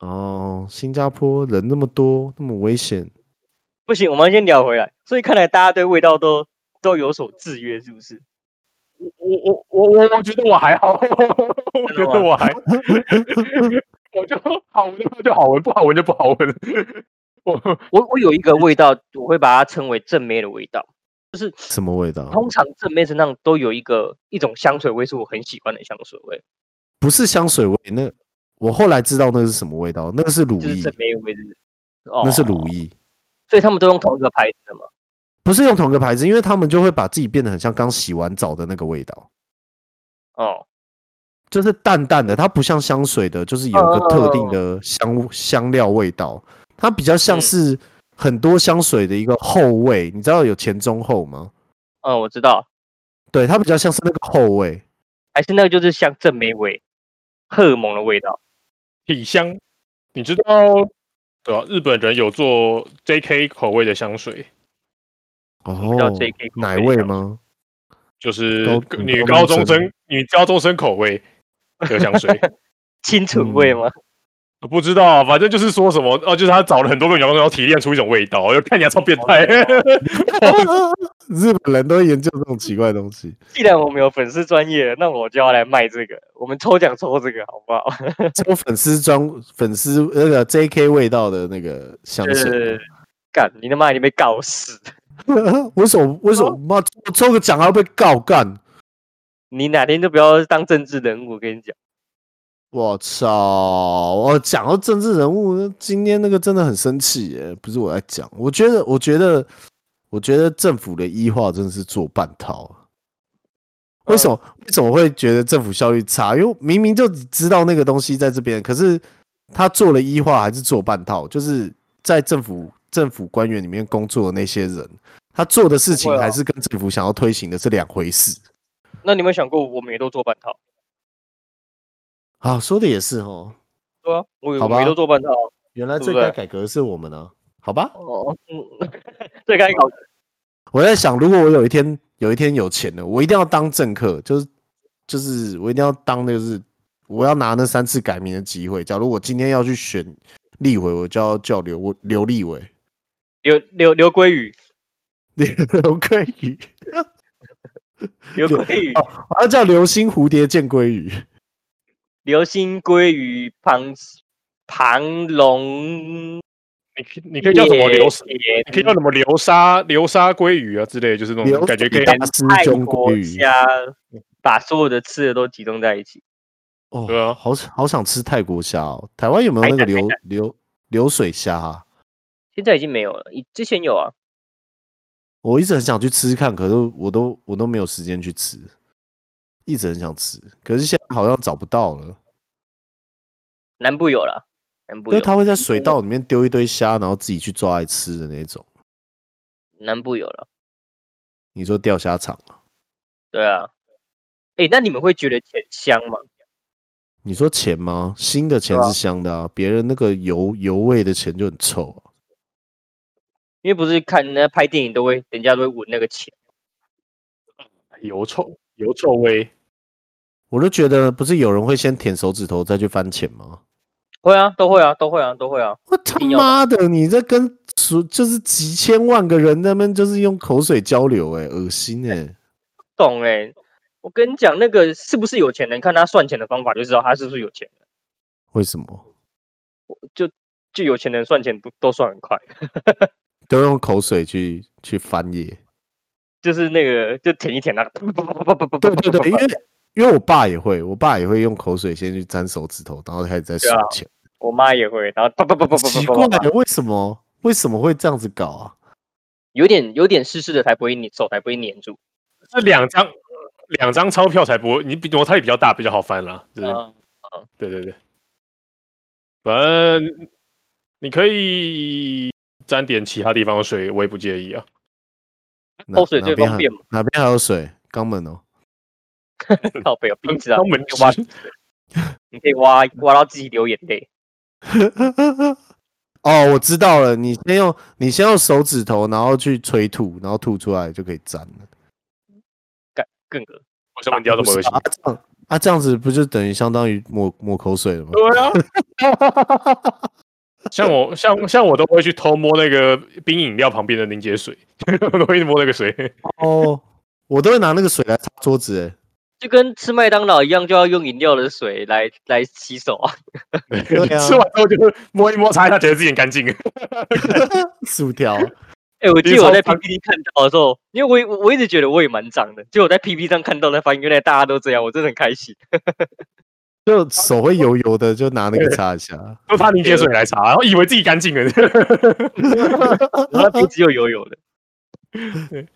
[SPEAKER 1] 哦，新加坡人那么多，那么危险，
[SPEAKER 3] 不行，我们先聊回来。所以看来大家对味道都都有所制约，是不是？
[SPEAKER 4] 我我我我我觉得我还好，我觉得我还， 我就好闻就就好闻，不好闻就不好闻。我
[SPEAKER 3] 我我有一个味道，我会把它称为正妹的味道。
[SPEAKER 1] 什么味道？
[SPEAKER 3] 通常正妹身上都有一个一种香水味，是我很喜欢的香水味，
[SPEAKER 1] 不是香水味，那我后来知道那是什么味道，那个是乳
[SPEAKER 3] 就是
[SPEAKER 1] 液
[SPEAKER 3] 正，妹味是不是。哦，
[SPEAKER 1] 那是乳液，
[SPEAKER 3] 所以他们都用同一个牌子的嘛？
[SPEAKER 1] 不是用同个牌子，因为他们就会把自己变得很像刚洗完澡的那个味道，
[SPEAKER 3] 哦，
[SPEAKER 1] 就是淡淡的，它不像香水的，就是有一个特定的香、香料味道，它比较像
[SPEAKER 3] 哦嗯
[SPEAKER 1] 是很多香水的一个后味，你知道有前中后吗？
[SPEAKER 3] 嗯，我知道，
[SPEAKER 1] 对，它比较像是那个后味，
[SPEAKER 3] 还是那个就是像正妹味，荷尔蒙的味道。
[SPEAKER 4] 体香，你知道对吧、日本人有做 J.K. 口味的香水，
[SPEAKER 1] 哦
[SPEAKER 3] 叫 JK 口，
[SPEAKER 1] 奶
[SPEAKER 3] 味
[SPEAKER 1] 味
[SPEAKER 3] 香
[SPEAKER 1] 吗？
[SPEAKER 4] 就是
[SPEAKER 1] 高
[SPEAKER 4] 女
[SPEAKER 1] 高
[SPEAKER 4] 高
[SPEAKER 1] 中
[SPEAKER 4] 中
[SPEAKER 1] 生
[SPEAKER 4] 生女高中生口味的香水。
[SPEAKER 3] 清纯味
[SPEAKER 1] 嗯
[SPEAKER 3] 吗？
[SPEAKER 4] 我不知道啊，反正就是说什么哦、就是他找了很多个女高中生提炼出一种味道，我就看起来超变态。
[SPEAKER 3] 哦
[SPEAKER 1] 日本人都研究这种奇怪的东西，
[SPEAKER 3] 既然我们有粉丝专业了，那我就要来卖这个。 我们抽奖抽这个好 不好？
[SPEAKER 1] 只有粉丝装粉丝那个 JK 味道的那个香水
[SPEAKER 3] 是。干你他妈已经被告死！
[SPEAKER 1] 吗， 为什么为什么妈抽抽个奖还要被告干？
[SPEAKER 3] 你哪天就不要当政治人物，我跟你讲。
[SPEAKER 1] 我操！我讲到政治人物，今天那个真的很生气耶，不是我在讲，我觉得我觉得我觉得政府的医化真的是做半套啊。
[SPEAKER 3] 呃
[SPEAKER 1] 为什么、为什么会觉得政府效率差？因为明明就只知道那个东西在这边，可是他做了医化还是做半套，就是在政府政府官员里面工作的那些人，他做的事情
[SPEAKER 3] 不会啊
[SPEAKER 1] 还是跟政府想要推行的是两回事
[SPEAKER 3] 那你有没有想过，我们也都做半套？
[SPEAKER 1] 啊。说的也是哦，
[SPEAKER 3] 对啊，我也
[SPEAKER 1] 好
[SPEAKER 3] 我们
[SPEAKER 1] 吧
[SPEAKER 3] 也都做半套啊。
[SPEAKER 1] 原来
[SPEAKER 3] 对
[SPEAKER 1] 最
[SPEAKER 3] 不
[SPEAKER 1] 该
[SPEAKER 3] 对
[SPEAKER 1] 改革的是我们呢、好吧。
[SPEAKER 3] 哦，嗯， 最该搞
[SPEAKER 1] 我在想，如果我有一天有一天有钱了，我一定要当政客，就是就是我一定要当那个是我要拿那三次改名的机会。假如我今天要去选立委，我就要叫刘刘立委
[SPEAKER 3] 刘刘刘 鲑宇，
[SPEAKER 1] 刘鲑鱼，
[SPEAKER 3] 刘鲑宇，
[SPEAKER 4] 哦
[SPEAKER 1] 我要叫流星蝴蝶见鲑鱼，
[SPEAKER 3] 流星鲑鱼庞庞龙，
[SPEAKER 4] 你可以你可以叫什么流？
[SPEAKER 3] 野
[SPEAKER 4] 你可以叫什么流沙流沙鲑鱼啊之类的，
[SPEAKER 3] 嗯
[SPEAKER 4] 就是那
[SPEAKER 1] 流
[SPEAKER 4] 种感觉可以
[SPEAKER 1] 大师
[SPEAKER 3] 泰
[SPEAKER 1] 兄
[SPEAKER 3] 国
[SPEAKER 1] 鲑鱼。
[SPEAKER 3] 虾，把所有的吃的都集中在一起。
[SPEAKER 1] 哦，
[SPEAKER 4] 对啊
[SPEAKER 1] 好好想吃泰国虾哦。台湾有没有那个
[SPEAKER 3] 海胆
[SPEAKER 1] 流流流水虾、啊？
[SPEAKER 3] 现在已经没有了，以之前有啊。
[SPEAKER 1] 我一直很想去吃吃看，可是我都我都没有时间去吃，一直很想吃，可是现在好像找不到了。
[SPEAKER 3] 南部有啦，南部
[SPEAKER 1] 因
[SPEAKER 3] 有
[SPEAKER 1] 为，他会在水稻里面丢一堆虾，然后自己去抓来吃的那种。
[SPEAKER 3] 南部有了。
[SPEAKER 1] 你说钓虾场啊？
[SPEAKER 3] 对啊。哎、那你们会觉得钱香吗？
[SPEAKER 1] 你说钱吗？新的钱
[SPEAKER 3] 对啊
[SPEAKER 1] 是香的啊，别人那个油油味的钱就很臭啊。
[SPEAKER 3] 因为不是看人家拍电影都会，人家都会闻那个钱。
[SPEAKER 4] 油臭油臭味，
[SPEAKER 1] 我都觉得不是有人会先舔手指头再去翻钱吗？
[SPEAKER 3] 会啊，都会啊，都会啊，都会啊。
[SPEAKER 1] 我他
[SPEAKER 3] 定要的
[SPEAKER 1] 妈的，你这跟数就是几千万个人那边就是用口水交流、欸，恶心哎、
[SPEAKER 3] 懂哎、我跟你讲，那个是不是有钱人，看他算钱的方法就知道他是不是有钱人。
[SPEAKER 1] 为什么
[SPEAKER 3] 就有钱人算钱都都算很快，
[SPEAKER 1] 都用口水去去翻页？
[SPEAKER 3] 就是那个就舔一舔那个，对
[SPEAKER 1] 对对对，因为因为我爸也会，我爸也会用口水先去沾手指头，然后开始再数
[SPEAKER 3] 对啊
[SPEAKER 1] 钱。
[SPEAKER 3] 我妈也会，然后叭叭叭叭叭
[SPEAKER 1] 奇
[SPEAKER 3] 叭
[SPEAKER 1] 怪
[SPEAKER 3] 叭叭，，
[SPEAKER 1] 为什么为什么会这样子搞啊？
[SPEAKER 3] 有点有点湿湿的才不会粘，手才不会粘住。
[SPEAKER 4] 这两张两张钞票才不会，你比摩擦力比较大，比较好翻啦。就是
[SPEAKER 3] 嗯，
[SPEAKER 4] 对对对，反正你可以沾点其他地方的水，我也不介意啊。
[SPEAKER 1] 哪
[SPEAKER 3] 口水
[SPEAKER 1] 哪
[SPEAKER 3] 最
[SPEAKER 1] 边
[SPEAKER 3] 方
[SPEAKER 1] 还
[SPEAKER 3] 便嘛
[SPEAKER 1] 哪边还有水？肛门哦，
[SPEAKER 3] 靠背有鼻子啊，
[SPEAKER 4] 肛门
[SPEAKER 3] 你可以挖
[SPEAKER 4] 汁，
[SPEAKER 3] 你可以挖挖到自己流眼泪。
[SPEAKER 1] 哦，我知道了，你先用你先用手指头，然后去催吐，然后吐出来就可以沾了。
[SPEAKER 3] 更恶
[SPEAKER 4] 我想问你要这么
[SPEAKER 1] 不
[SPEAKER 4] 恶
[SPEAKER 1] 是
[SPEAKER 4] 心
[SPEAKER 1] 啊？这样啊，这样子不就等于相当于抹抹口水了吗？
[SPEAKER 4] 对啊，像我像像我都会去偷摸那个冰饮料旁边的凝结水， 我都会摸那个水。
[SPEAKER 1] 哦，我都会拿那个水来擦桌子、欸，
[SPEAKER 3] 就跟吃麦当劳一样，就要用饮料的水来来洗手啊。
[SPEAKER 1] 对啊
[SPEAKER 4] 吃完之后就摸一摸，擦一下，觉得自己很干净。
[SPEAKER 1] 薯条，
[SPEAKER 3] 哎、我
[SPEAKER 4] 其
[SPEAKER 3] 记
[SPEAKER 4] 实
[SPEAKER 3] 得我
[SPEAKER 4] 超
[SPEAKER 3] 在
[SPEAKER 4] 脏
[SPEAKER 3] PPT 看到的时候，因为我也我我一直觉得我也蛮脏的，结果我在 PPT 上看到，才发现原来大家都这样，我真的很开心。
[SPEAKER 1] 就手会油油的，就拿那个擦一下。
[SPEAKER 4] 都擦凝结水来擦，然后以为自己干净了，嗯
[SPEAKER 3] 然后 PPT 又游泳的，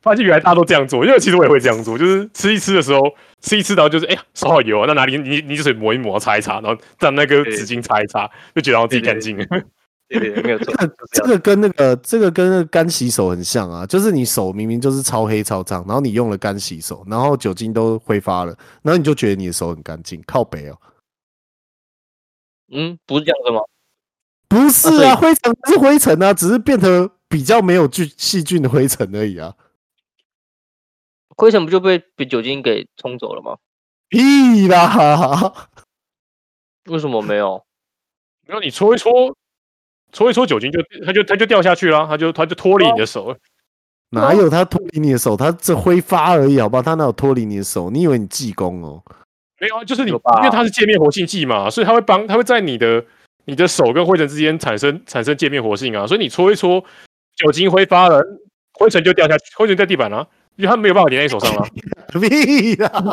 [SPEAKER 4] 发现原来大家都这样做。因为其实我也会这样做，就是吃一吃的时候，吃一吃然后就是哎呀手好油啊，那哪里你你水抹一抹，擦一擦，然后蘸那个
[SPEAKER 3] 对
[SPEAKER 4] 纸巾擦一擦，就觉得好像自己
[SPEAKER 3] 对对
[SPEAKER 4] 干净了。
[SPEAKER 3] 对对对，没有错，
[SPEAKER 1] 这个这
[SPEAKER 3] 就这样。
[SPEAKER 1] 个跟那个这个跟那个干洗手很像啊，就是你手明明就是超黑超脏，然后你用了干洗手，然后酒精都挥发了，然后你就觉得你的手很干净，靠北哦，
[SPEAKER 3] 嗯，不是这样子吗？
[SPEAKER 1] 不是
[SPEAKER 3] 啊所以
[SPEAKER 1] 啊，灰尘是灰尘啊，只是变得比较没有菌细菌的灰尘而已啊，
[SPEAKER 3] 灰尘不就被被酒精给冲走了吗？
[SPEAKER 1] 屁啦，
[SPEAKER 3] 为什么没有？
[SPEAKER 4] 然后你搓一搓，搓一搓酒精就它就它就掉下去了，它就它就脱离你的手了。
[SPEAKER 1] 哪有它脱离你的手，它这挥发而已，好吧，它哪有脱离你的手？你以为你济公哦？
[SPEAKER 4] 没有啊，就是你，
[SPEAKER 3] 有吧
[SPEAKER 4] 因为它是界面活性剂嘛，所以它会帮，它会在你的你的手跟灰尘之间产生产生界面活性啊，所以你搓一搓，酒精挥发了，灰尘就掉下去，灰尘在地板啊，因为它没有办法粘在你手上啊了。
[SPEAKER 1] 屁啦，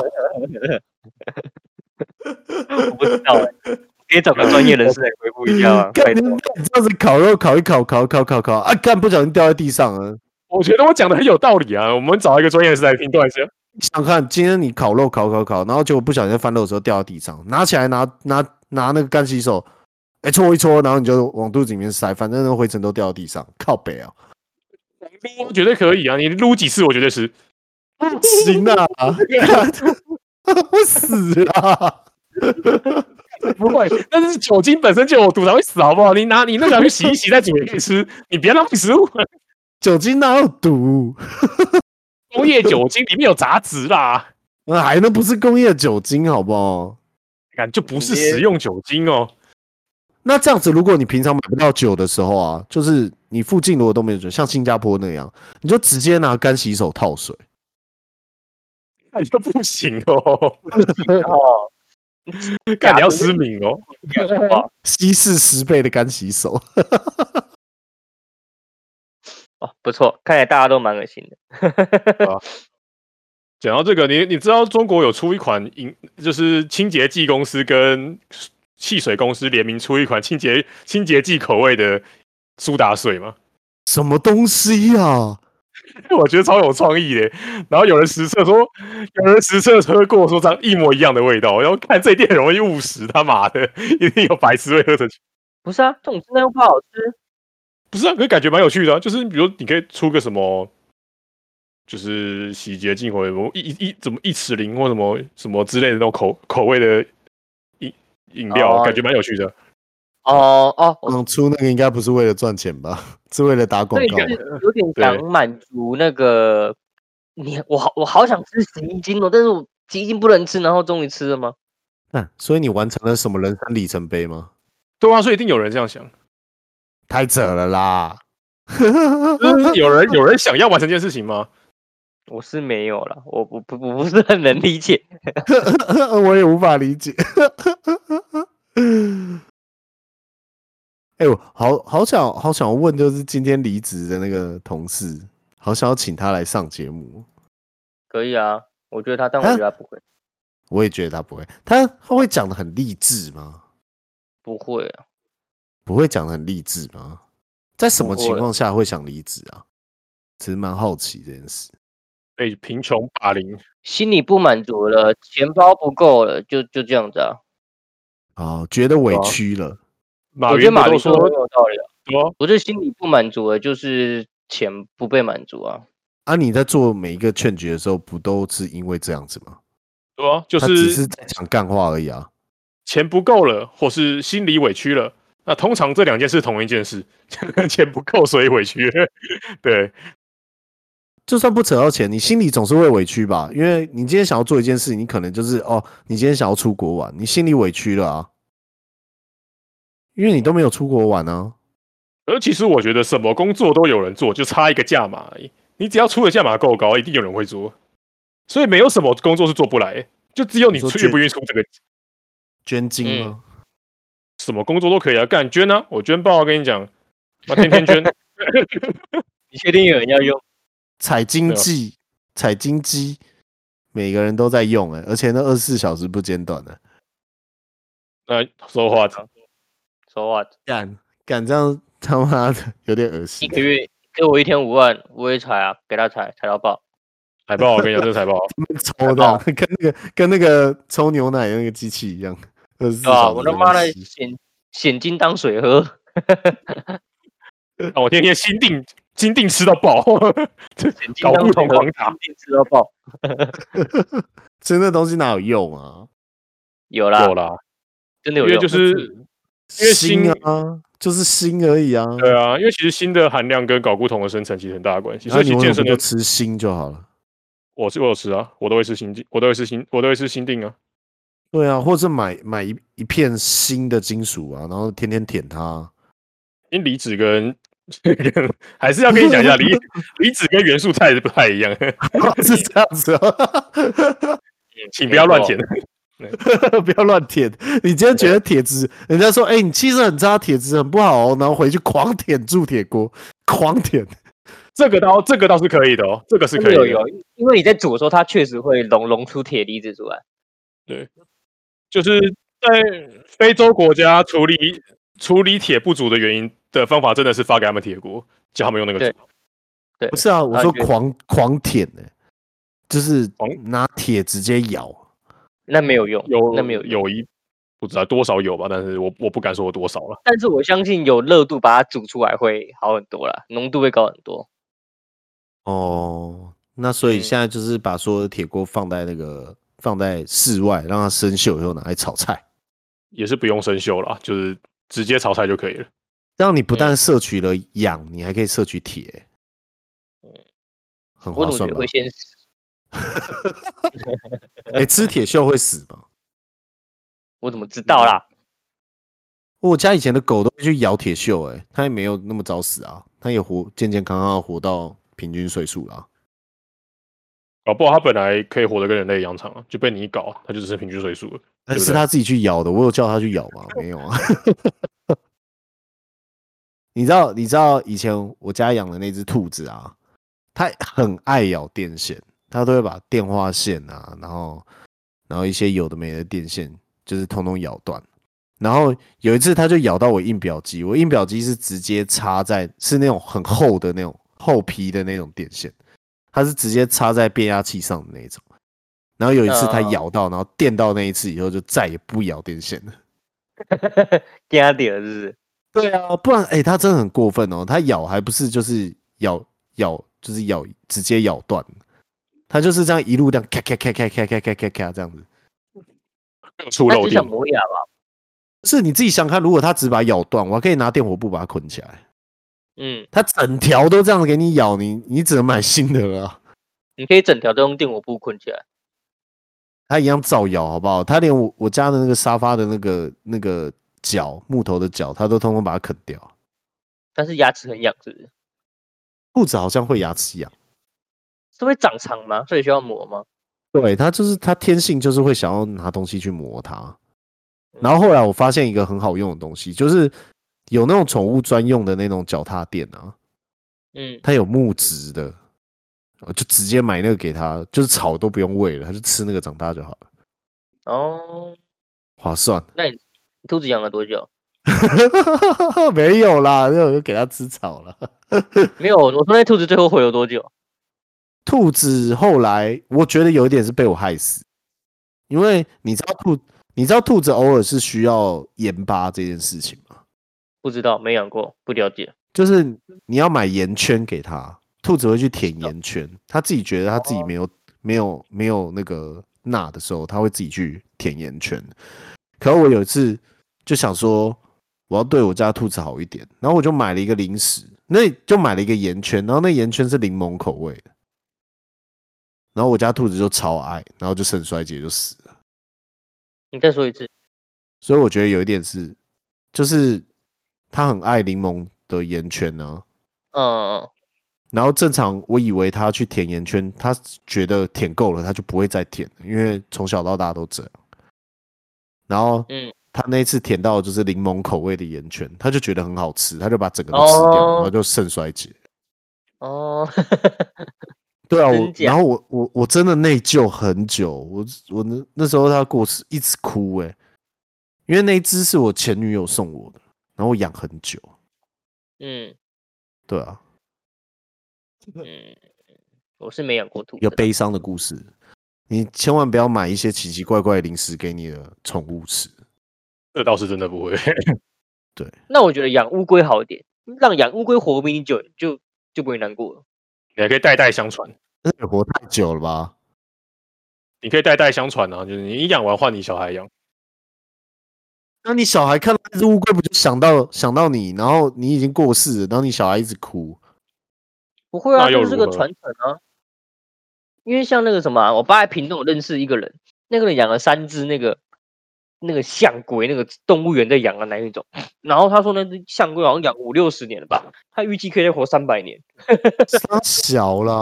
[SPEAKER 3] 我不知 道哎、可以找个专业人士来回复一下吗？拜
[SPEAKER 1] 干你
[SPEAKER 3] 托，
[SPEAKER 1] 你这样子烤肉烤一烤，烤烤烤烤啊，干不小心掉在地上了。
[SPEAKER 4] 我觉得我讲的很有道理啊，我们找一个专业人士来评断一下。
[SPEAKER 1] 想看，今天你烤肉烤烤烤，然后结果不小心在翻肉的时候掉到地上，拿起来拿拿拿那个干洗手，哎、搓一搓，然后你就往肚子里面塞，反正那灰尘都掉到地上，靠北 啊，
[SPEAKER 4] 我觉得可以啊，你撸几次我绝对是。
[SPEAKER 1] 行啊，我死啊！
[SPEAKER 4] 不会，但是酒精本身就有毒，才会死，好不好？你拿你那个去洗一洗再煮也可以吃，你别浪费食物。
[SPEAKER 1] 酒精啊哪有毒？
[SPEAKER 4] 工业酒精里面有杂质啦，
[SPEAKER 1] 那嗯还能不是工业酒精好不好？
[SPEAKER 4] 感就不是食用酒精哦。
[SPEAKER 1] 那这样子，如果你平常买不到酒的时候啊，就是你附近如果都没有酒，像新加坡那样，你就直接拿干洗手套水。
[SPEAKER 4] 那就不行哦，
[SPEAKER 3] 哦，
[SPEAKER 4] 干你要失明哦。
[SPEAKER 1] 稀释十倍的干洗手，
[SPEAKER 3] 哦，不错，看来大家都蛮恶心的。
[SPEAKER 4] 讲到这个，你你知道中国有出一款饮，就是清洁剂公司跟汽水公司联名出一款清洁清洁剂口味的苏打水吗？
[SPEAKER 1] 什么东西啊？
[SPEAKER 4] 我觉得超有创意的。然后有人实测说，有人实测喝过说这样一模一样的味道，然后看这一店很容易误食，他妈的，一定有白痴会喝成
[SPEAKER 3] 不是啊，这种真的又不好吃。
[SPEAKER 4] 不是啊，可是感觉蛮有趣的、啊，就是比如你可以出个什么，就是洗洁精或者什么一一一怎么一尺零或什么什么之类的那种口口味的饮饮料，
[SPEAKER 3] 哦
[SPEAKER 4] 感觉蛮有趣的。
[SPEAKER 3] 哦哦，我
[SPEAKER 1] 当初那个应该不是为了赚钱吧， 是为了打广
[SPEAKER 3] 对，
[SPEAKER 1] 告
[SPEAKER 3] 就
[SPEAKER 1] 吧。
[SPEAKER 3] 是有点
[SPEAKER 4] 对
[SPEAKER 3] 想满足那个你，我好我好想吃洗衣精哦，但是我洗衣精不能吃，然后终于吃了吗？
[SPEAKER 1] 那所以你完成了什么人生里程碑吗？
[SPEAKER 4] 对啊，所以一定有人这样想，
[SPEAKER 1] 太扯了啦！
[SPEAKER 3] 嗯
[SPEAKER 4] 就是有人有人想要完成这件事情吗？
[SPEAKER 3] 我是没有了，我我不我不是很能理解。
[SPEAKER 1] 我也无法理解。哎、我好好想好想问，就是今天离职的那个同事，好想要请他来上节目。
[SPEAKER 3] 可以啊，我觉得他，但我
[SPEAKER 1] 啊
[SPEAKER 3] 觉得他不会，
[SPEAKER 1] 我也觉得他不会，他他会讲的很励志吗？
[SPEAKER 3] 不会啊，
[SPEAKER 1] 不会讲的很励志吗？在什么
[SPEAKER 3] 不会
[SPEAKER 1] 情况下会想离职啊？其实蛮好奇这件事。
[SPEAKER 4] 被贫穷霸凌，
[SPEAKER 3] 心里不满足了，钱包不够了，就就这样子啊。
[SPEAKER 1] 哦，觉得委
[SPEAKER 3] 对啊
[SPEAKER 1] 屈了，
[SPEAKER 4] 马
[SPEAKER 3] 我
[SPEAKER 4] 云
[SPEAKER 3] 觉得
[SPEAKER 4] 不
[SPEAKER 3] 马
[SPEAKER 4] 都
[SPEAKER 3] 云
[SPEAKER 4] 说
[SPEAKER 3] 说的很有道理啊，
[SPEAKER 4] 说
[SPEAKER 3] 我是心里不满足了，就是钱不被满足啊。
[SPEAKER 1] 啊，你在做每一个劝局的时候，不都是因为这样子吗？
[SPEAKER 4] 对啊，就
[SPEAKER 1] 他只
[SPEAKER 4] 是
[SPEAKER 1] 是在讲干话而已啊。
[SPEAKER 4] 钱不够了，或是心里委屈了。那通常这两件事同一件事， 钱不够所以委屈。对，
[SPEAKER 1] 就算不扯到钱，你心里总是会委屈吧？因为你今天想要做一件事，你可能就是哦，你今天想要出国玩，你心里委屈了啊，因为你都没有出国玩啊。
[SPEAKER 4] 而其实我觉得什么工作都有人做，就差一个价码而已。你只要出的价码够高，一定有人会做。所以没有什么工作是做不来，就只有你
[SPEAKER 1] 你说
[SPEAKER 4] 出
[SPEAKER 1] 捐
[SPEAKER 4] 愿不愿意出这个
[SPEAKER 1] 捐精啊吗？
[SPEAKER 4] 嗯什么工作都可以啊，干捐啊，我捐爆啊，跟你讲，我天天捐，
[SPEAKER 3] 你确定有人要用？
[SPEAKER 1] 采精
[SPEAKER 4] 对啊
[SPEAKER 1] 剂，采精机，每个人都在用哎、而且那二十四小时不间断的、欸
[SPEAKER 4] 那说话长，
[SPEAKER 3] 说话
[SPEAKER 1] 干干这样他妈的有点恶
[SPEAKER 3] 一
[SPEAKER 1] 心
[SPEAKER 3] 个。月给我一天五万，我也踩啊，给他踩，踩到爆。
[SPEAKER 4] 海报，我跟你讲，这是海报，
[SPEAKER 1] 抽的啊，跟那个跟那个抽牛奶的那个机器一样，呃二十四
[SPEAKER 3] 对吧、
[SPEAKER 1] 小时
[SPEAKER 3] 我
[SPEAKER 1] 在
[SPEAKER 3] 他
[SPEAKER 1] 那
[SPEAKER 3] 妈的
[SPEAKER 1] 吸
[SPEAKER 3] 险险金当水喝，
[SPEAKER 4] 啊我天天心定心定吃到爆，
[SPEAKER 3] 险金
[SPEAKER 4] 搞
[SPEAKER 3] 当
[SPEAKER 4] 不啊
[SPEAKER 3] 水
[SPEAKER 4] 同
[SPEAKER 3] 喝
[SPEAKER 4] 狂，打，
[SPEAKER 3] 一定吃到爆。
[SPEAKER 1] 所以那东西哪有用啊？
[SPEAKER 3] 有啦，
[SPEAKER 4] 有啦，
[SPEAKER 3] 真的
[SPEAKER 4] 因
[SPEAKER 3] 啊有
[SPEAKER 4] 为
[SPEAKER 3] 用，
[SPEAKER 4] 就是因
[SPEAKER 1] 心
[SPEAKER 4] 为心
[SPEAKER 1] 啊，就是心而已啊。
[SPEAKER 4] 对啊，因为其实锌的含量跟睾固酮的生成其实很大的关系，
[SPEAKER 1] 然后
[SPEAKER 4] 所以
[SPEAKER 1] 你
[SPEAKER 4] 其实
[SPEAKER 1] 为
[SPEAKER 4] 健
[SPEAKER 1] 什么
[SPEAKER 4] 身
[SPEAKER 1] 不就
[SPEAKER 4] 的
[SPEAKER 1] 吃心就好了？
[SPEAKER 4] 我是我有吃啊，我都会吃锌定，我都会吃锌，我都会吃锌定啊，
[SPEAKER 1] 对啊，或者买买一一片新的金属啊，然后天天舔它。
[SPEAKER 4] 因为离子跟 跟还是要跟你讲一下， 离离子跟元素菜是不太一样，
[SPEAKER 1] 是这样子啊，
[SPEAKER 3] 嗯
[SPEAKER 4] 请不要乱填。
[SPEAKER 1] 不要乱舔。你今天觉得铁质，人家说，哎、你气色很差，铁质很不好哦，然后回去狂舔铸铁锅，狂舔。
[SPEAKER 4] 这个倒这个倒是可以的哦，这个是
[SPEAKER 3] 真
[SPEAKER 4] 可
[SPEAKER 3] 的
[SPEAKER 4] 以
[SPEAKER 3] 有
[SPEAKER 4] 的
[SPEAKER 3] 有，，因为你在煮的时候，它确实会溶溶出铁离子出来。
[SPEAKER 4] 就是在非洲国家处理处理铁不足的原因的方法，真的是发给他们铁锅，叫他们用那个
[SPEAKER 3] 对
[SPEAKER 4] 煮
[SPEAKER 3] 对，
[SPEAKER 1] 不是啊，我
[SPEAKER 3] 然后
[SPEAKER 1] 说
[SPEAKER 3] 你就
[SPEAKER 1] 狂狂舔呢、就是
[SPEAKER 4] 狂
[SPEAKER 1] 拿铁直接咬。
[SPEAKER 3] 那没有用，
[SPEAKER 4] 有
[SPEAKER 3] 那没有用。
[SPEAKER 4] 有一不知道多少有吧，但是我我不敢说我多少了。
[SPEAKER 3] 但是我相信有热度把它煮出来会好很多啦，浓度会高很多。
[SPEAKER 1] 哦，那所以
[SPEAKER 3] 嗯
[SPEAKER 1] 现在就是把所有的铁锅放在那个放在室外，让它生锈以后拿来炒菜，
[SPEAKER 4] 也是不用生锈了，就是直接炒菜就可以了。
[SPEAKER 1] 这样你不但摄取了氧，你还可以摄取铁，很划
[SPEAKER 3] 我怎么
[SPEAKER 1] 算
[SPEAKER 3] 觉
[SPEAKER 1] 吧
[SPEAKER 3] 得会？先死？
[SPEAKER 1] 哎、吃铁锈会死吗？
[SPEAKER 3] 我怎么知道啦？
[SPEAKER 1] 嗯我家以前的狗都会去咬铁锈、哎，它也没有那么早死啊，它也活健健康康的活到平均岁数啦。
[SPEAKER 4] 搞不好它本来可以活得跟人类一样长啊，就被你一搞，它就只剩平均岁数了。
[SPEAKER 1] 但
[SPEAKER 4] 对不
[SPEAKER 1] 是
[SPEAKER 4] 对
[SPEAKER 1] 它自己去咬的，我有叫它去咬吗？没有啊。 你知道，你知道以前我家养的那只兔子啊，它很爱咬电线，它都会把电话线啊，然后然后一些有的没的电线，就是通通咬断。然后有一次，它就咬到我印表机，我印表机是直接插在是那种很厚的那种厚皮的那种电线，它是直接插在变压器上的那种。然后有一次它
[SPEAKER 3] 嗯
[SPEAKER 1] 咬到，然后电到那一次以后，就再也不咬电线了。
[SPEAKER 3] 给他点了是不是？
[SPEAKER 1] 对啊，不然哎、欸，它真的很过分哦，它咬还不是就是咬咬就是咬直接咬断，它就是这样一路这样咔咔咔咔咔咔咔咔咔这样子。
[SPEAKER 4] 各处
[SPEAKER 3] 那
[SPEAKER 4] 漏
[SPEAKER 3] 只
[SPEAKER 4] 电
[SPEAKER 3] 小。磨牙吧，
[SPEAKER 1] 是你自己想看，如果它只把它咬断，我还可以拿电火布把它捆起来。
[SPEAKER 3] 嗯，
[SPEAKER 1] 它整条都这样给你咬，你你只能买新的了啊、
[SPEAKER 3] 你可以整条都用电火布捆起来。
[SPEAKER 1] 它一样造谣，好不好？它连我我家的那个沙发的那个那个脚木头的脚，它都通通把它啃掉。
[SPEAKER 3] 但是牙齿很痒，是不是？
[SPEAKER 1] 兔子好像会牙齿痒，
[SPEAKER 3] 是会长长吗？所以需要磨吗？
[SPEAKER 1] 对，它就是它天性就是会想要拿东西去磨它。然后后来我发现一个很好用的东西，就是有那种宠物专用的那种脚踏垫啊，
[SPEAKER 3] 嗯，
[SPEAKER 1] 它有木质的，我就直接买那个给它，就是草都不用喂了，它就吃那个长大就好了，
[SPEAKER 3] 哦，
[SPEAKER 1] 划算。
[SPEAKER 3] 你兔子养了多久？
[SPEAKER 1] 没有啦，那我就给它吃草了。
[SPEAKER 3] 没有，我说那兔子最后活了多久？
[SPEAKER 1] 兔子后来我觉得有一点是被我害死，因为你知道兔，你知道兔子偶尔是需要盐巴这件事情吗？
[SPEAKER 3] 不知道，没养过，不了解。
[SPEAKER 1] 就是你要买盐圈给它，兔子会去舔盐圈，它自己觉得它自己没有、没有没有那个钠的时候，它会自己去舔盐圈。可我有一次就想说，我要对我家兔子好一点，然后我就买了一个零食，那就买了一个盐圈，然后那盐圈是柠檬口味的，然后我家兔子就超爱，然后就肾衰竭就死了。
[SPEAKER 3] 你再说一次。
[SPEAKER 1] 所以我觉得有一点是，就是它很爱柠檬的盐圈啊呢、
[SPEAKER 3] 嗯嗯，
[SPEAKER 1] 然后正常，我以为他去舔盐圈，他觉得舔够了，他就不会再舔了，因为从小到大都这样。然后，
[SPEAKER 3] 嗯，
[SPEAKER 1] 他那一次舔到的就是柠檬口味的盐圈，他就觉得很好吃，他就把整个都吃掉，
[SPEAKER 3] 哦
[SPEAKER 1] 然后就肾衰竭。
[SPEAKER 3] 哦，
[SPEAKER 1] 对啊，我
[SPEAKER 3] 真假
[SPEAKER 1] 然后我我我真的内疚很久，我我那那时候他过世一直哭诶、因为那一只是我前女友送我的，然后我养很久。
[SPEAKER 3] 嗯
[SPEAKER 1] 对啊，
[SPEAKER 3] 嗯，我是没养过兔子
[SPEAKER 1] 有
[SPEAKER 3] 的。
[SPEAKER 1] 悲伤的故事，你千万不要买一些奇奇怪怪的零食给你的宠物吃。
[SPEAKER 4] 这倒是真的不会，
[SPEAKER 3] 那我觉得养乌龟好一点，让养乌龟活比你久，就就不会难过了。
[SPEAKER 4] 你还可以代代相传，
[SPEAKER 1] 但是也活太久了吧？
[SPEAKER 4] 你可以代代相传啊，就是你养完换你小孩养，
[SPEAKER 1] 那你小孩看到那只乌龟，不就想到想到你，然后你已经过世了，然后你小孩一直哭，
[SPEAKER 3] 不会啊，
[SPEAKER 4] 那又
[SPEAKER 3] 这就是
[SPEAKER 4] 如何
[SPEAKER 3] 个传承啊。因为像那个什么啊、我爸在屏东有认识一个人，那个人养了三只那个那个象龟，那个动物园在养的啊那一种。然后他说那只象龟好像养五六十年了吧，他预计可以再活三百年。
[SPEAKER 1] 他小 啦，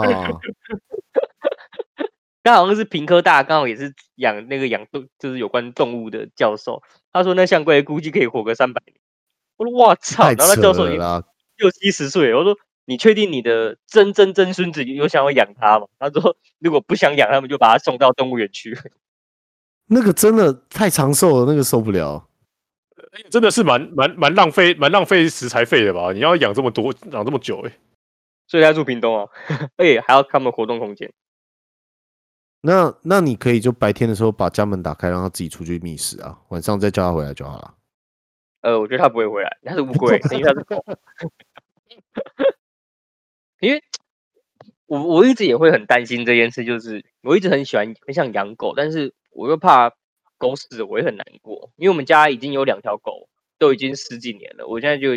[SPEAKER 3] 他好像是平科大，刚好也是养那个养动，就是有关动物的教授。他说那象龟估计可以活个三百年。我说哇操！
[SPEAKER 1] 太
[SPEAKER 3] 然后那
[SPEAKER 1] 扯
[SPEAKER 3] 教授
[SPEAKER 1] 了
[SPEAKER 3] 已经
[SPEAKER 1] 啦！
[SPEAKER 3] 六七十岁了，我说你确定你的曾曾曾孙子有想要养它吗？他说如果不想养，他们就把它送到动物园去。
[SPEAKER 1] 那个真的太长寿了，那个受不了。
[SPEAKER 4] 哎真的是蛮蛮蛮浪费蛮浪费食材费的吧？你要养这么多养这么久、欸，
[SPEAKER 3] 所以他住屏东哦， 而且还要看他们活动空间。
[SPEAKER 1] 那那你可以就白天的时候把家门打开，让它自己出去觅食啊，晚上再叫它回来就好了。
[SPEAKER 3] 呃，我觉得他不会回来，他是乌龟，因为他是狗。 因为我我一直也会很担心这件事，就是我一直很喜欢很想养狗，但是我又怕狗死了，我也很难过。因为我们家已经有两条狗，都已经十几年了，我现在就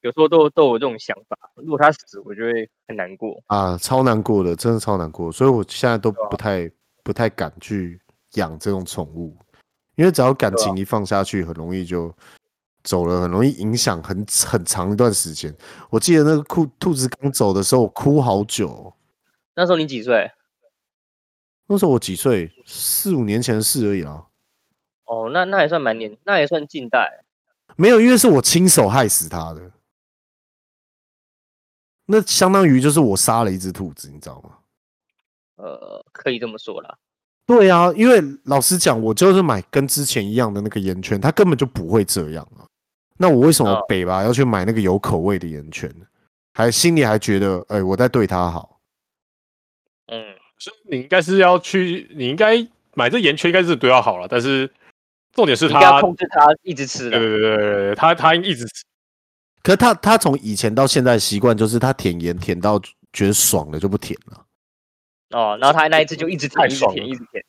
[SPEAKER 3] 有时候都都有这种想法，如果它死，我就会很难过。
[SPEAKER 1] 啊，超难过的，真的超难过，所以我现在都不太、不太敢去养这种宠物，因为只要感情一放下去，很容易就走了，很容易影响很很长一段时间。我记得那个兔兔子刚走的时候，我哭好久哦、
[SPEAKER 3] 那时候你几岁？
[SPEAKER 1] 那时候我几岁？四五年前的事而已啊，
[SPEAKER 3] 哦，那那也算蛮年，那也算近代。
[SPEAKER 1] 没有，因为是我亲手害死它的，那相当于就是我杀了一只兔子，你知道吗？
[SPEAKER 3] 呃，可以这么说啦。
[SPEAKER 1] 对啊，因为老实讲，我就是买跟之前一样的那个盐圈，它根本就不会这样啊。那我为什么
[SPEAKER 3] 哦
[SPEAKER 1] 北吧要去买那个有口味的盐圈？还心里还觉得，哎、我在对它好。
[SPEAKER 3] 嗯，
[SPEAKER 4] 所以你应该是要去，你应该买这盐圈应该是对它好了，但是重点是
[SPEAKER 3] 你应该要
[SPEAKER 4] 它，
[SPEAKER 3] 控制它一直吃
[SPEAKER 4] 对
[SPEAKER 3] 的。
[SPEAKER 4] 对对对对，它它一直吃
[SPEAKER 1] 可是它它从以前到现在的习惯就是它舔盐舔到觉得爽了就不舔了。
[SPEAKER 3] 哦，然后他那一次就一直舔，
[SPEAKER 4] 太
[SPEAKER 3] 一直
[SPEAKER 4] 爽
[SPEAKER 3] 舔，
[SPEAKER 4] 了
[SPEAKER 3] 一直舔。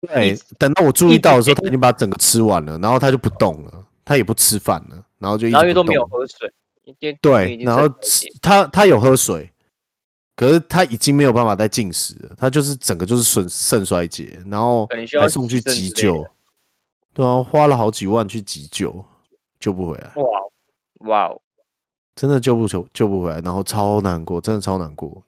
[SPEAKER 1] 对，等到我注意到的时候，他已经把整个吃完了，然后他就不动了，他也不吃饭了，然后就一
[SPEAKER 3] 然后
[SPEAKER 1] 直
[SPEAKER 3] 又
[SPEAKER 1] 不
[SPEAKER 3] 都没有
[SPEAKER 1] 动
[SPEAKER 3] 喝水，因为因为已
[SPEAKER 1] 对，
[SPEAKER 3] 经
[SPEAKER 1] 然
[SPEAKER 3] 在
[SPEAKER 1] 后
[SPEAKER 3] 喝
[SPEAKER 1] 吃
[SPEAKER 3] 血
[SPEAKER 1] 他他有喝水，可是他已经没有办法再进食了，他就是整个就是肾肾衰竭，然后
[SPEAKER 3] 可能需要
[SPEAKER 1] 还送去
[SPEAKER 3] 急诊
[SPEAKER 1] 急
[SPEAKER 3] 之类的
[SPEAKER 1] 救，对啊，花了好几万去急救，救不回来，
[SPEAKER 3] 哇哦哇哦，
[SPEAKER 1] 真的救不救救不回来，然后超难过，真的超难过。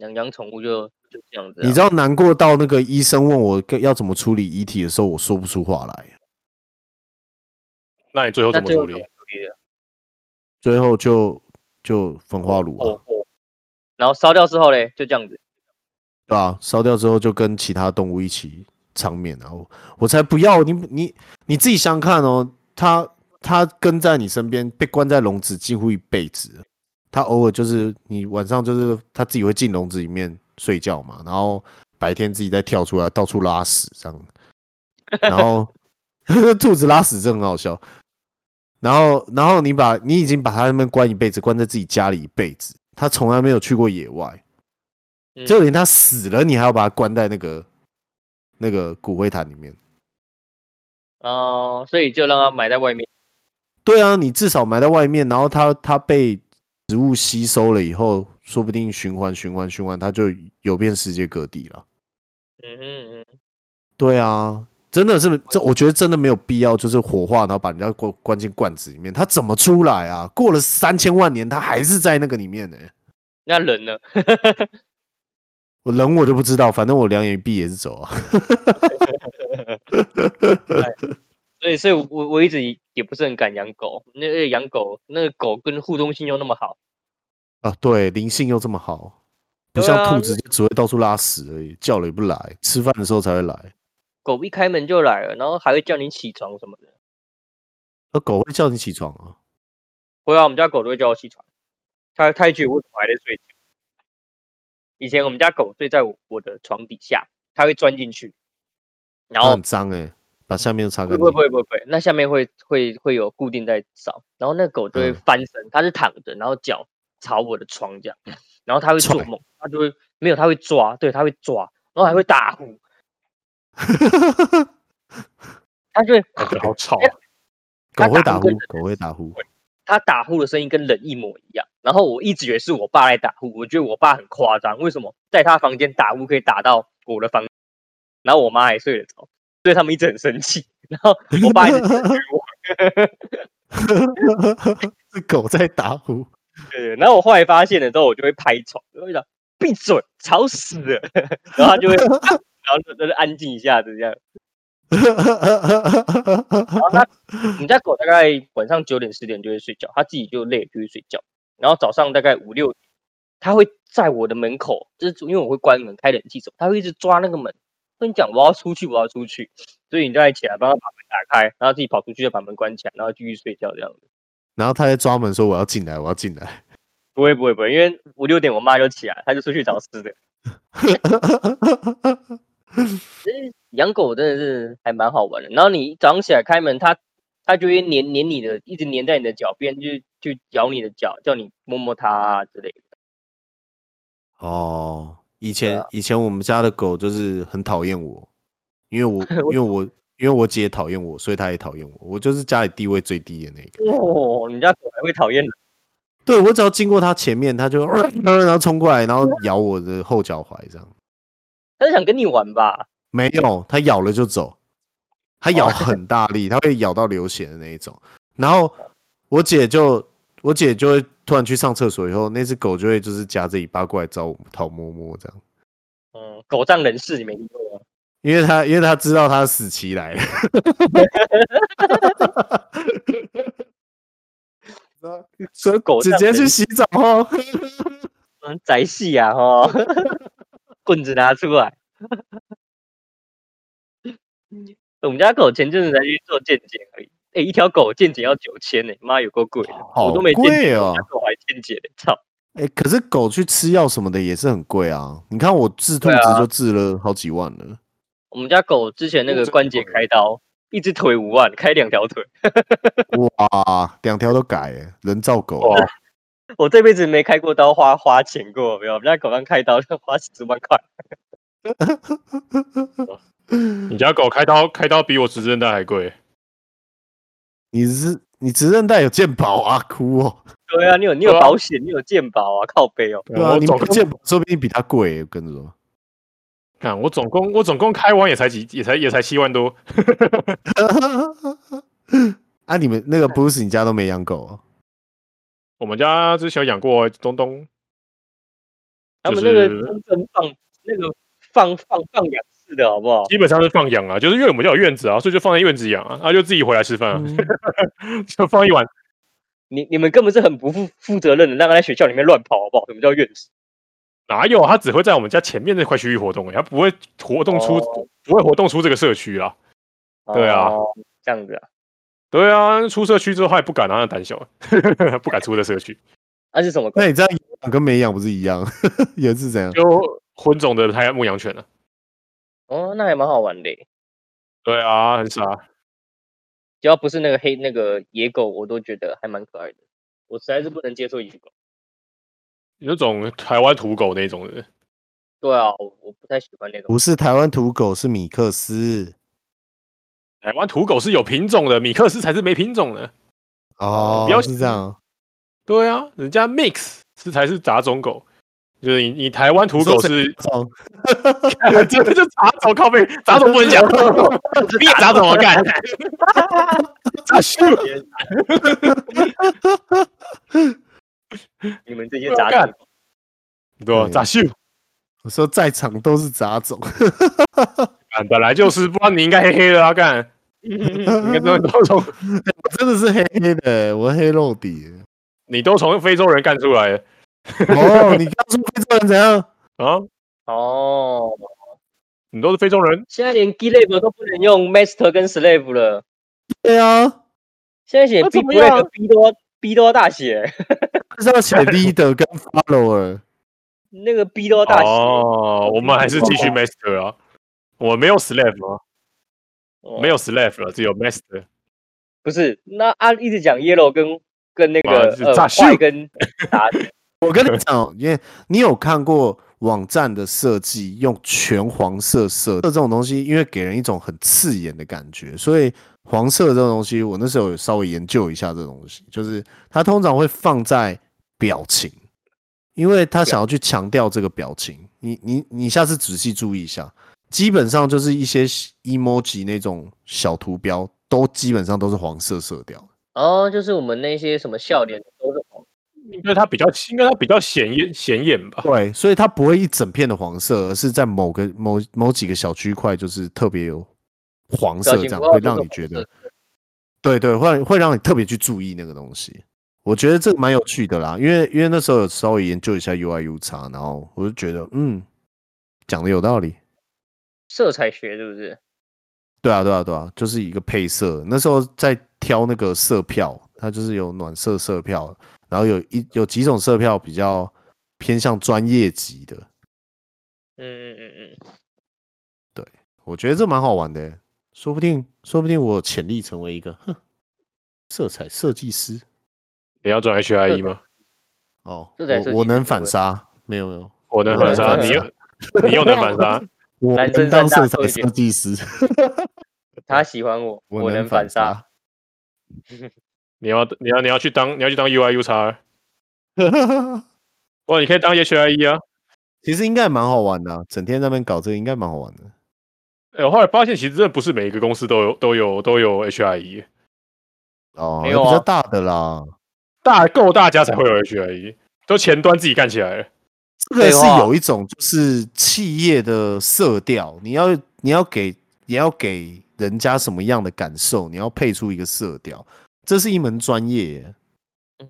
[SPEAKER 3] 养养宠物就就这样子啊、
[SPEAKER 1] 你知道难过到那个医生问我该要怎么处理遗体的时候，我说不出话来。
[SPEAKER 4] 那你最后
[SPEAKER 3] 那
[SPEAKER 4] 怎么
[SPEAKER 3] 最后
[SPEAKER 4] 处
[SPEAKER 3] 怎
[SPEAKER 4] 理
[SPEAKER 3] 么？处理的？
[SPEAKER 1] 最后就就焚化炉啊，
[SPEAKER 3] 哦然后烧掉之后嘞，就这样子。
[SPEAKER 1] 对吧、烧掉之后就跟其他动物一起长眠啊。我我才不要你你你自己想想看哦，它它跟在你身边，被关在笼子几乎一辈子，它偶尔就是你晚上就是它自己会进笼子里面睡觉嘛，然后白天自己再跳出来到处拉屎这样，然后 兔子拉屎真的很好笑。然后，然后你把你已经把它那边关一辈子，关在自己家里一辈子，它从来没有去过野外，
[SPEAKER 3] 嗯
[SPEAKER 1] 就连他死了，你还要把他关在那个那个骨灰坛里面。
[SPEAKER 3] 哦，所以就让它埋在外面。
[SPEAKER 1] 对啊，你至少埋在外面，然后他他被植物吸收了以后，说不定循环循环循环，他就游遍世界各地了。
[SPEAKER 3] 嗯嗯嗯，
[SPEAKER 1] 对啊，真的是这，我觉得真的没有必要，就是火化，然后把人家关关进罐子里面，他怎么出来啊？过了三千万年，他还是在那个里面呢、
[SPEAKER 3] 那人呢？
[SPEAKER 1] 我人我就不知道，反正我两眼一闭也是走啊。
[SPEAKER 3] 所以，所以我我我一直以也不是很敢养狗。那个养狗，那个狗跟互动性又那么好，
[SPEAKER 1] 啊，对，灵性又这么好，不
[SPEAKER 3] 对
[SPEAKER 1] 像
[SPEAKER 3] 啊
[SPEAKER 1] 兔子就只会到处拉屎而已，叫了也不来，吃饭的时候才会来。
[SPEAKER 3] 狗一开门就来了，然后还会叫你起床什么的。
[SPEAKER 1] 那狗会叫你起床啊？
[SPEAKER 3] 回来我们家狗都会叫我起床，它它也觉得我怎么还在睡觉。以前我们家狗睡在我我的床底下，它会钻进去，然
[SPEAKER 1] 它
[SPEAKER 3] 后
[SPEAKER 1] 很脏哎、把下面都擦
[SPEAKER 3] 不
[SPEAKER 1] 干净。
[SPEAKER 3] 会不会不会不会，那下面会会会有固定在扫，然后那狗就会
[SPEAKER 1] 嗯
[SPEAKER 3] 翻身，它是躺着，然后脚朝我的床这样，然后它会做
[SPEAKER 1] 踹
[SPEAKER 3] 梦，它就会没有，它会抓，对，它会抓，然后还会 打呼，它就会
[SPEAKER 4] 感觉好吵啊，
[SPEAKER 1] 狗会打呼
[SPEAKER 3] 它打呼，
[SPEAKER 1] 狗会打呼。
[SPEAKER 3] 它打呼的声音跟人一模一样，然后我一直以为是我爸在打呼，我觉得我爸很夸张，为什么在他房间打呼可以打到我的房，然后我妈还睡得着，所以他们一直很生气，然后我爸一直针对我。
[SPEAKER 1] 是狗在打呼，
[SPEAKER 3] 对，然后我后来发现了之后，我就会拍床，我就讲闭嘴，吵死了， 然后他就会，然后就就安静一下子这样。我们家狗大概晚上九点十点就会睡觉，它自己就累就会睡觉，然后早上大概五六点，它会在我的门口，就是因为我会关门开冷气什么，它会一直抓那个门，跟你讲我要出去，我要出去，所以你就在起来帮它把门打开，然后自己跑出去再把门关起来，然后继续睡觉这样子。
[SPEAKER 1] 然后它在抓门说：“我要进来，我要进来。
[SPEAKER 3] 不会不会不会，因为五六点我妈就起来，她就出去找吃的。”养狗真的是还蛮好玩的。然后你早上起来开门，它它就会黏黏你的，一直黏在你的脚边，就就咬你的脚，叫你摸摸它啊之类的。
[SPEAKER 1] 哦，以前
[SPEAKER 3] 啊
[SPEAKER 1] 以前我们家的狗就是很讨厌我，因为 我因为我因为我姐讨厌我，所以她也讨厌我。我就是家里地位最低的那个。
[SPEAKER 3] 哦，你家狗还会讨厌人
[SPEAKER 1] 对我只要经过它前面，它就然后冲过来，然后咬我的后脚踝这样。
[SPEAKER 3] 它是想跟你玩吧？
[SPEAKER 1] 没有，它咬了就走，它咬
[SPEAKER 3] 哦
[SPEAKER 1] 很大力，它会咬到流血的那一种。然后我姐就我姐就会突然去上厕所以后，那只狗就会就是夹着尾巴过来找我讨摸摸这样，
[SPEAKER 3] 嗯，狗仗人势，你没听过吗？
[SPEAKER 1] 因为它因为它知道它死期来 了。所以
[SPEAKER 3] 狗
[SPEAKER 1] 直
[SPEAKER 3] 这
[SPEAKER 1] 接
[SPEAKER 3] 样子
[SPEAKER 1] 去洗澡哦，
[SPEAKER 3] 嗯，宅系啊，哈， 棍子拿出来。 我们家狗前阵子才去做健检而已，哎、一条狗健检要九千呢，妈有够贵的，我
[SPEAKER 1] 好
[SPEAKER 3] 都没健
[SPEAKER 1] 贵
[SPEAKER 3] 检，
[SPEAKER 1] 哦
[SPEAKER 3] 我
[SPEAKER 4] 啊
[SPEAKER 3] 家狗还健检嘞，操！
[SPEAKER 1] 哎、可是狗去吃药什么的也是很贵啊。你看我治兔
[SPEAKER 3] 对啊
[SPEAKER 1] 子就治了好几万了，
[SPEAKER 3] 我们家狗之前那
[SPEAKER 4] 哦
[SPEAKER 3] 个
[SPEAKER 4] 真
[SPEAKER 3] 关
[SPEAKER 4] 的
[SPEAKER 3] 节
[SPEAKER 4] 贵
[SPEAKER 3] 开刀，一只腿五万，开两条腿，
[SPEAKER 1] 哇，两条都改、欸，人造狗
[SPEAKER 4] 哇，
[SPEAKER 3] 我这辈子没开过刀花花钱过，没有，我们家狗刚开刀就花十万块。
[SPEAKER 4] 你家狗开刀开刀比我指韧带还贵，啊
[SPEAKER 1] 你是你直韧带有健保啊，哭哦。
[SPEAKER 3] 对啊，你有你有
[SPEAKER 4] 对啊
[SPEAKER 3] 保险，你有健保啊，靠背哦。
[SPEAKER 1] 对啊，
[SPEAKER 4] 我
[SPEAKER 1] 你
[SPEAKER 4] 总
[SPEAKER 1] 没有
[SPEAKER 4] 共
[SPEAKER 1] 健保，说不定比他贵。欸我跟你说，
[SPEAKER 4] 看我总共我总共开完也才几也才也才七万多，
[SPEAKER 1] 啊，你们那个 Bruce，你家都没养狗哦？
[SPEAKER 4] 我们家之前有养过东东，
[SPEAKER 3] 他
[SPEAKER 4] 就
[SPEAKER 3] 们那个
[SPEAKER 4] 是
[SPEAKER 3] 真正放那个放放放养式的好不好？
[SPEAKER 4] 基本上是放养啊，就是因为我们家有院子啊，所以就放在院子养啊，啊就自己回来吃饭啊， 就放一碗。
[SPEAKER 3] 你你们根本是很不负负责任的，让他在学校里面乱跑好不好？什么叫院子？
[SPEAKER 4] 哪有？啊它只会在我们家前面那块区域活动、欸，它不会活动出、
[SPEAKER 3] 哦
[SPEAKER 4] 不会活动出这个社区啦。对啊
[SPEAKER 3] 哦，这样子啊。
[SPEAKER 4] 对啊，出社区之后它也不敢啊，它胆小， 不敢出这社区，
[SPEAKER 3] 那是什么狗？
[SPEAKER 1] 那你这样养跟没养不是一样？ 也是怎样？
[SPEAKER 4] 就混种的太牧羊犬了。
[SPEAKER 3] 哦，那还蛮好玩的耶。
[SPEAKER 4] 对啊，很傻。
[SPEAKER 3] 只要不是那个黑那个野狗，我都觉得还蛮可爱的。我实在是不能接受野狗。
[SPEAKER 4] 有种台湾土狗那种的，
[SPEAKER 3] 对啊，我我不太喜欢那种。
[SPEAKER 1] 不是台湾土狗，是米克斯
[SPEAKER 4] 台湾土狗是有品种的，米克斯才是没品种的。
[SPEAKER 1] 哦
[SPEAKER 4] 不要，
[SPEAKER 1] 是这样哦。
[SPEAKER 4] 对啊，人家 mix 是才是杂种狗，就是你你台湾土狗是
[SPEAKER 1] 哦
[SPEAKER 4] 这这就杂种靠背，杂种不能讲，你也杂种我干，杂畜
[SPEAKER 3] 你们这些杂
[SPEAKER 4] 干
[SPEAKER 3] 种，
[SPEAKER 4] 对啊杂畜，
[SPEAKER 1] 我说在场都是杂种，
[SPEAKER 4] 干本来就是，不然你应该黑黑的啊干， 你应该都都从
[SPEAKER 1] 我真的是黑黑的欸，我黑肉底欸。
[SPEAKER 4] 你都从非洲人干出来的
[SPEAKER 1] 哦，你刚说非洲人怎样？
[SPEAKER 4] 啊，
[SPEAKER 3] 哦，
[SPEAKER 4] 你都是非洲人，
[SPEAKER 3] 现在连 g l a b 都不能用 master 跟 slave 了，
[SPEAKER 1] 对啊，
[SPEAKER 3] 现在写
[SPEAKER 4] 那怎
[SPEAKER 3] b
[SPEAKER 4] 么
[SPEAKER 3] b r e a
[SPEAKER 4] 样
[SPEAKER 3] k b 都要 b 都要大写，
[SPEAKER 1] 就是要写 leader 跟 follower。
[SPEAKER 3] 那个 b 都要大写。
[SPEAKER 4] 哦，我们还是继续 master 啊，我没有 slave 啊，
[SPEAKER 3] 哦
[SPEAKER 4] 没有 slave 了，只有 master。
[SPEAKER 3] 不是，那啊一直讲 yellow 跟跟那
[SPEAKER 4] 啊
[SPEAKER 3] 个
[SPEAKER 4] 是
[SPEAKER 3] 呃
[SPEAKER 4] 炸
[SPEAKER 3] 坏
[SPEAKER 4] 秀
[SPEAKER 3] 跟打，
[SPEAKER 1] 我跟你讲哦，因为你有看过网站的设计用全黄色色这种东西，因为给人一种很刺眼的感觉，所以黄色这种东西，我那时候有稍微研究一下这东西，就是它通常会放在表情，因为他想要去强调这个表情。你你你下次仔细注意一下，基本上就是一些 emoji 那种小图标，都基本上都是黄色色调。
[SPEAKER 3] 哦，就是我们那些什么笑脸都是红，
[SPEAKER 4] 应该它比较，应该它比较显眼显眼吧？
[SPEAKER 1] 对，所以它不会一整片的黄色，而是在某个某某几个小区块，就是特别有黄
[SPEAKER 3] 表
[SPEAKER 1] 色，
[SPEAKER 3] 情
[SPEAKER 1] 这样
[SPEAKER 3] 符号
[SPEAKER 1] 会
[SPEAKER 3] 都
[SPEAKER 1] 让
[SPEAKER 3] 是
[SPEAKER 1] 你觉
[SPEAKER 3] 红色
[SPEAKER 1] 得
[SPEAKER 3] 的，
[SPEAKER 1] 对对，会会让你特别去注意那个东西。我觉得这个蛮有趣的啦，因为因为那时候有稍微研究一下 UI U 叉，然后我就觉得嗯，讲的有道理。
[SPEAKER 3] 色彩学是不是？
[SPEAKER 1] 对啊对啊对啊，就是一个配色。那时候在挑那个色票，它就是有暖色色票，然后有一有几种色票比较偏向专业级的，
[SPEAKER 3] 嗯嗯嗯嗯，
[SPEAKER 1] 我觉得这蛮好玩的欸，说不定说不定我有潜力成为一个哼色彩设计师
[SPEAKER 4] 你要转 HIE 吗？
[SPEAKER 1] 哦。
[SPEAKER 3] 色彩设
[SPEAKER 1] 我
[SPEAKER 3] 计
[SPEAKER 1] 我
[SPEAKER 3] 师
[SPEAKER 1] 能
[SPEAKER 3] 会
[SPEAKER 1] 反杀？没有没有，
[SPEAKER 4] 我能反杀
[SPEAKER 3] 我能
[SPEAKER 4] 你又
[SPEAKER 1] 反，
[SPEAKER 4] 你又能反杀，
[SPEAKER 1] 我
[SPEAKER 3] 男生
[SPEAKER 1] 能当
[SPEAKER 3] 三大
[SPEAKER 1] 色
[SPEAKER 3] 特
[SPEAKER 1] 彩
[SPEAKER 3] 点
[SPEAKER 1] 设计师，
[SPEAKER 3] 他喜欢我，我
[SPEAKER 1] 能
[SPEAKER 3] 能反杀。
[SPEAKER 1] 杀。
[SPEAKER 4] 你要你要你要去当你要去当 UI U 叉，哇，你可以当 HIE 啊。
[SPEAKER 1] 其实应该蛮好玩的啊、整天在那边搞这个应该蛮好玩的。
[SPEAKER 4] 哎、我后来发现其实真的不是每一个公司都有都有都有 E HIE，
[SPEAKER 1] 哦，
[SPEAKER 3] 没
[SPEAKER 1] 有
[SPEAKER 3] 有
[SPEAKER 1] 比较
[SPEAKER 3] 啊
[SPEAKER 1] 大的啦，
[SPEAKER 4] 大够大家才会有 HIE，都前端自己干起来了。
[SPEAKER 1] 这个
[SPEAKER 3] 废
[SPEAKER 1] 是
[SPEAKER 3] 话
[SPEAKER 1] 有一种就是企业的色调，你要你要给你要给人家什么样的感受，你要配出一个色调，这是一门专业耶。
[SPEAKER 3] 嗯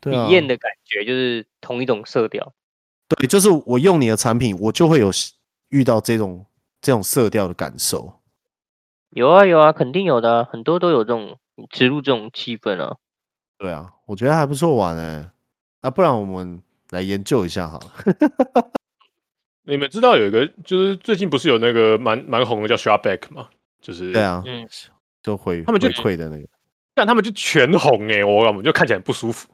[SPEAKER 1] 对啊，
[SPEAKER 3] 体验的感觉就是同一种色调，
[SPEAKER 1] 对，就是我用你的产品，我就会有喜遇到这种这种色调的感受。
[SPEAKER 3] 有啊有啊，肯定有的啊、很多都有这种植入这种气氛啊。
[SPEAKER 1] 对啊，我觉得还不错玩哎、啊，不然我们来研究一下好了。
[SPEAKER 4] 你们知道有一个就是最近不是有那个蛮蛮红的叫 Shopback 吗？就是
[SPEAKER 1] 对，啊，
[SPEAKER 3] 嗯，
[SPEAKER 1] 就回
[SPEAKER 4] 他们就
[SPEAKER 1] 回馈的那个，
[SPEAKER 4] 但他们就全红哎、我我就看起来很不舒服。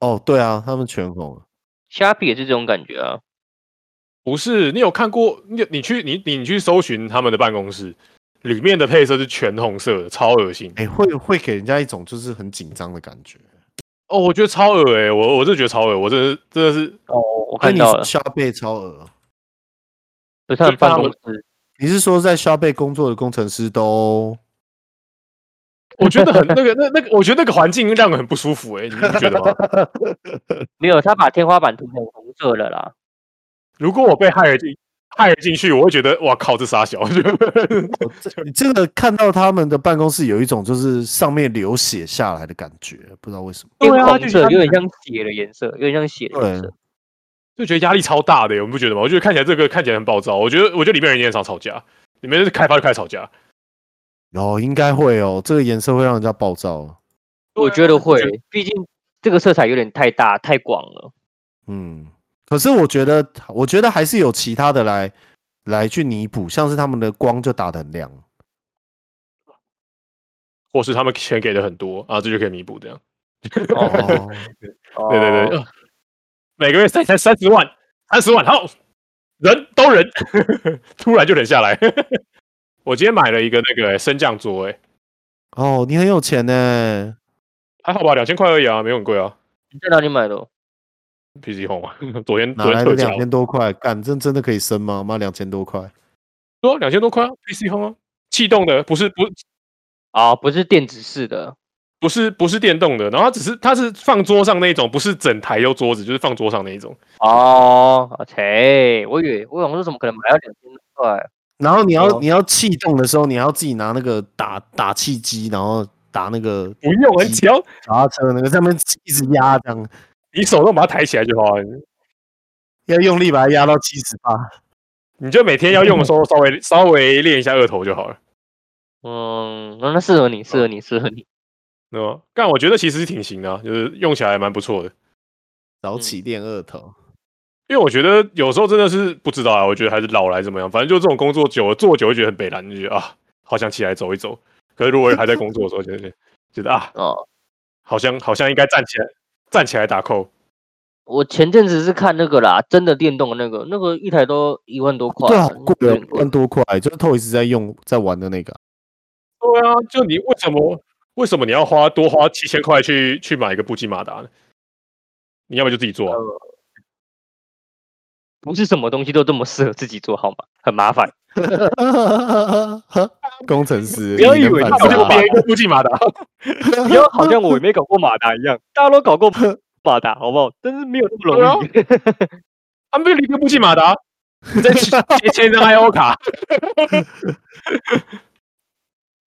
[SPEAKER 1] 哦，对啊，他们全红了。
[SPEAKER 3] 虾皮也是这种感觉啊。
[SPEAKER 4] 不是，你有看过？你你去你你去搜寻他们的办公室，里面的配色是全红色的，超恶心
[SPEAKER 1] 哎、会会给人家一种就是很紧张的感觉。
[SPEAKER 4] 哦！我觉得超恶哎、我我真的觉得超恶，我真的是真的是
[SPEAKER 3] 哦，我
[SPEAKER 1] 我
[SPEAKER 3] 看到了，
[SPEAKER 1] 刷贝超额，
[SPEAKER 3] 不是他们
[SPEAKER 4] 就看
[SPEAKER 3] 办
[SPEAKER 4] 他
[SPEAKER 3] 公
[SPEAKER 4] 们
[SPEAKER 3] 室，
[SPEAKER 1] 你是说在刷贝工作的工程师都？
[SPEAKER 4] 我觉得很那个那那个，我觉得那个环境让人很不舒服哎、你不觉得吗？
[SPEAKER 3] 没有，他把天花板涂成红色的啦。
[SPEAKER 4] 如果我被害了进害了进去，我会觉得哇靠，这傻小，
[SPEAKER 1] 我这你这个看到他们的办公室有一种就是上面流血下来的感觉，不知道为什么。
[SPEAKER 4] 对啊
[SPEAKER 3] 偏
[SPEAKER 4] 就
[SPEAKER 3] 红
[SPEAKER 4] 是
[SPEAKER 3] 色
[SPEAKER 4] 他
[SPEAKER 3] 有点像血的颜色，有点像血的颜色。
[SPEAKER 4] 就觉得压力超大的、欸，我们不觉得吗？我觉得看起来这个看起来很暴躁，我觉得我觉得里面人也很常吵架，里面就是开发就开始吵架，
[SPEAKER 1] 哦，应该会哦，这个颜色会让人家暴躁。哦
[SPEAKER 3] 我觉得会
[SPEAKER 4] 对啊，
[SPEAKER 3] 毕竟这个色彩有点太大太广 了。
[SPEAKER 1] 嗯，可是我觉得，我觉得还是有其他的来来去弥补，像是他们的光就打得很亮。
[SPEAKER 4] 或是他们钱给的很多啊，这就可以弥补这样。
[SPEAKER 1] 哦，
[SPEAKER 4] 对对对，
[SPEAKER 3] 哦，
[SPEAKER 4] 呃每个月才才三十万，三十万，好，人都人， 突然就忍下来。 我今天买了一个那个、欸升降桌、欸，
[SPEAKER 1] 哦，你很有钱 呢。
[SPEAKER 4] 还好吧，两千块而已啊，没有很贵啊。
[SPEAKER 3] 你在哪里买的哦？
[SPEAKER 4] PC Home 啊，昨天
[SPEAKER 1] 哪
[SPEAKER 4] 昨天
[SPEAKER 1] 来的
[SPEAKER 4] 特价
[SPEAKER 1] 两，千多块？干，这真的可以升吗？妈，两千多块，
[SPEAKER 4] 说两千多块啊，PC Home 啊，气动的，不是不
[SPEAKER 3] 啊，不是电子式的，
[SPEAKER 4] 不是不是电动的，然后它只是它是放桌上那一种，不是整台都桌子，就是放桌上那一种。
[SPEAKER 3] 哦，OK，我以为我想说怎么可能买到两千多块？
[SPEAKER 1] 然后你要、
[SPEAKER 4] 哦
[SPEAKER 1] 你要气动的时候，你还要自己拿那个打打气机，然后打那个
[SPEAKER 4] 不用，
[SPEAKER 1] 嗯
[SPEAKER 4] 你只要
[SPEAKER 1] 脚踏车那个上面一直压，这样
[SPEAKER 4] 你手动把它抬起来就好了。
[SPEAKER 1] 要用力把它压到七十八。
[SPEAKER 4] 你就每天要用的时候稍微稍微练一下二头就好了，
[SPEAKER 3] 嗯，那那适合你，适合你，适合你。
[SPEAKER 4] 对吗？但我觉得其实是挺行的啊、就是用起来还蛮不错的。
[SPEAKER 1] 早
[SPEAKER 3] 嗯
[SPEAKER 1] 起练二头，
[SPEAKER 4] 因为我觉得有时候真的是不知道啊，我觉得还是老来怎么样，反正就这种工作久了，做久了就觉得很北蓝，就觉得啊，好想起来走一走。可是如果还在工作的时候，觉得觉得啊，
[SPEAKER 3] 哦，
[SPEAKER 4] 好像好像应该站起来，站起来打扣。
[SPEAKER 3] 我前阵子是看那个啦，真的电动的那个，那个一台都一万多块
[SPEAKER 1] 对啊，
[SPEAKER 3] 啊，
[SPEAKER 1] 好贵哦
[SPEAKER 3] 有点，
[SPEAKER 1] 万多块，就是透一直在用在玩的那个啊。
[SPEAKER 4] 对啊，就你为什么为什么你要花多花七千块去去买一个布吉马达呢？你要不然就自己
[SPEAKER 3] 嗯
[SPEAKER 4] 做啊、
[SPEAKER 3] 不是什么东西都这么适合自己做好吗？很麻烦。
[SPEAKER 1] 工程师，
[SPEAKER 3] 不要
[SPEAKER 1] 你能
[SPEAKER 3] 以为
[SPEAKER 1] 反
[SPEAKER 3] 他
[SPEAKER 4] 要不
[SPEAKER 1] 杀
[SPEAKER 4] 就
[SPEAKER 3] 把
[SPEAKER 4] 买一个布吉马达，
[SPEAKER 3] 不要好像我没搞过马达一样，大家都搞过马达，好不好？但是没有那么
[SPEAKER 4] 啊
[SPEAKER 3] 容易。
[SPEAKER 4] 他们就一个布吉马 达，你再去贴签一张 I O 卡，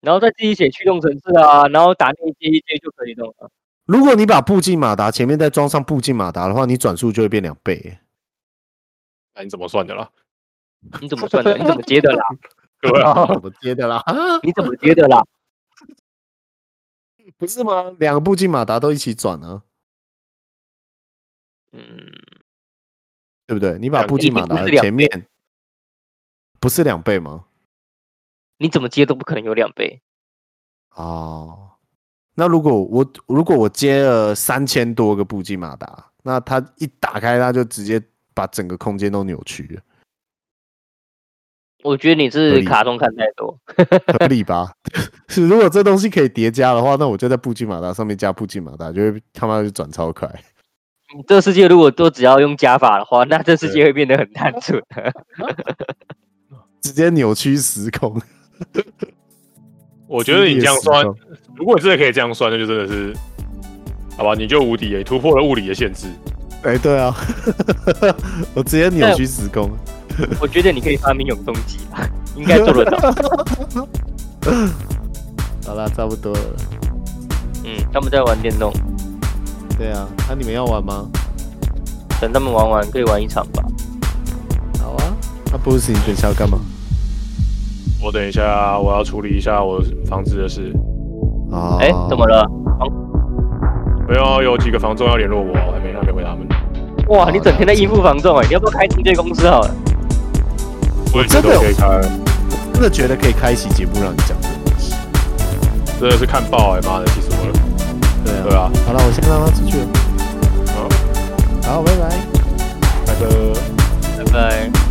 [SPEAKER 3] 然后再自己写驱动程式啊，然后打内接一接就可以弄了。
[SPEAKER 1] 如果你把步进马达前面再装上步进马达的话，你转速就会变两 倍。
[SPEAKER 4] 那哎你怎么算的啦？
[SPEAKER 3] 你怎么算的？你怎么接的啦？
[SPEAKER 4] 对不对？
[SPEAKER 1] 怎么接的啦？啊
[SPEAKER 3] 你怎么接的啦？
[SPEAKER 1] 不是吗？两个步进马达都一起转啊，
[SPEAKER 3] 嗯，
[SPEAKER 1] 对不对？你把
[SPEAKER 4] 两
[SPEAKER 1] 步进
[SPEAKER 3] 一定
[SPEAKER 1] 马
[SPEAKER 3] 不
[SPEAKER 1] 达
[SPEAKER 3] 是两
[SPEAKER 1] 前面不是两倍吗？
[SPEAKER 3] 你怎么接都不可能有两倍。
[SPEAKER 1] 哦，那如果我如果我接了三千多个步进马达，那它一打开，它就直接把整个空间都扭曲了。
[SPEAKER 3] 我觉得你
[SPEAKER 1] 合
[SPEAKER 3] 是
[SPEAKER 1] 理
[SPEAKER 3] 卡通看太多。
[SPEAKER 1] 合理吧？ 是如果这东西可以叠加的话，那我就在步进马达上面加步进马达，就会他妈就转超快。
[SPEAKER 3] 你这世界如果都只要用加法的话，那这世界会变得很单纯。
[SPEAKER 1] 直接扭曲时空。
[SPEAKER 4] 我觉得你这样
[SPEAKER 3] 啊
[SPEAKER 1] 撕裂
[SPEAKER 4] 算
[SPEAKER 1] 时，空
[SPEAKER 4] 如果你真的可以这样算，那就真的是，好吧，你就无敌了，你突破了物理的限制。
[SPEAKER 1] 哎、对啊， 我直接扭曲时空。
[SPEAKER 3] 我觉得你可以发明永动机啊，应该做得 到。
[SPEAKER 1] 好啦，差不多了。
[SPEAKER 3] 嗯，他们在玩电动，
[SPEAKER 1] 对啊，那、你们要玩吗？
[SPEAKER 3] 等他们玩完可以玩一场吧。
[SPEAKER 1] 好啊。那不是你等一下要干嘛？
[SPEAKER 4] 我等一下，我要处理一下我房子的事。
[SPEAKER 1] 啊
[SPEAKER 3] 哎、怎么？了？
[SPEAKER 4] 没有，有几个房东要联络我，还没还没回他们。
[SPEAKER 3] 哇，
[SPEAKER 1] 哦
[SPEAKER 3] 你整天在应付房仲哎、你要不要开清洁公司好了？
[SPEAKER 4] 我也觉
[SPEAKER 1] 真的
[SPEAKER 4] 得
[SPEAKER 1] 有
[SPEAKER 4] 我可以开，
[SPEAKER 1] 真的觉得可以开启节目让你讲这个东西。
[SPEAKER 4] 真的是看爆哎、妈的，气死我了。
[SPEAKER 1] 对啊。
[SPEAKER 4] 对啊，
[SPEAKER 1] 好了，我先让他出去了。
[SPEAKER 4] 啊
[SPEAKER 5] 好，拜拜。
[SPEAKER 1] 拜拜。
[SPEAKER 4] 拜拜。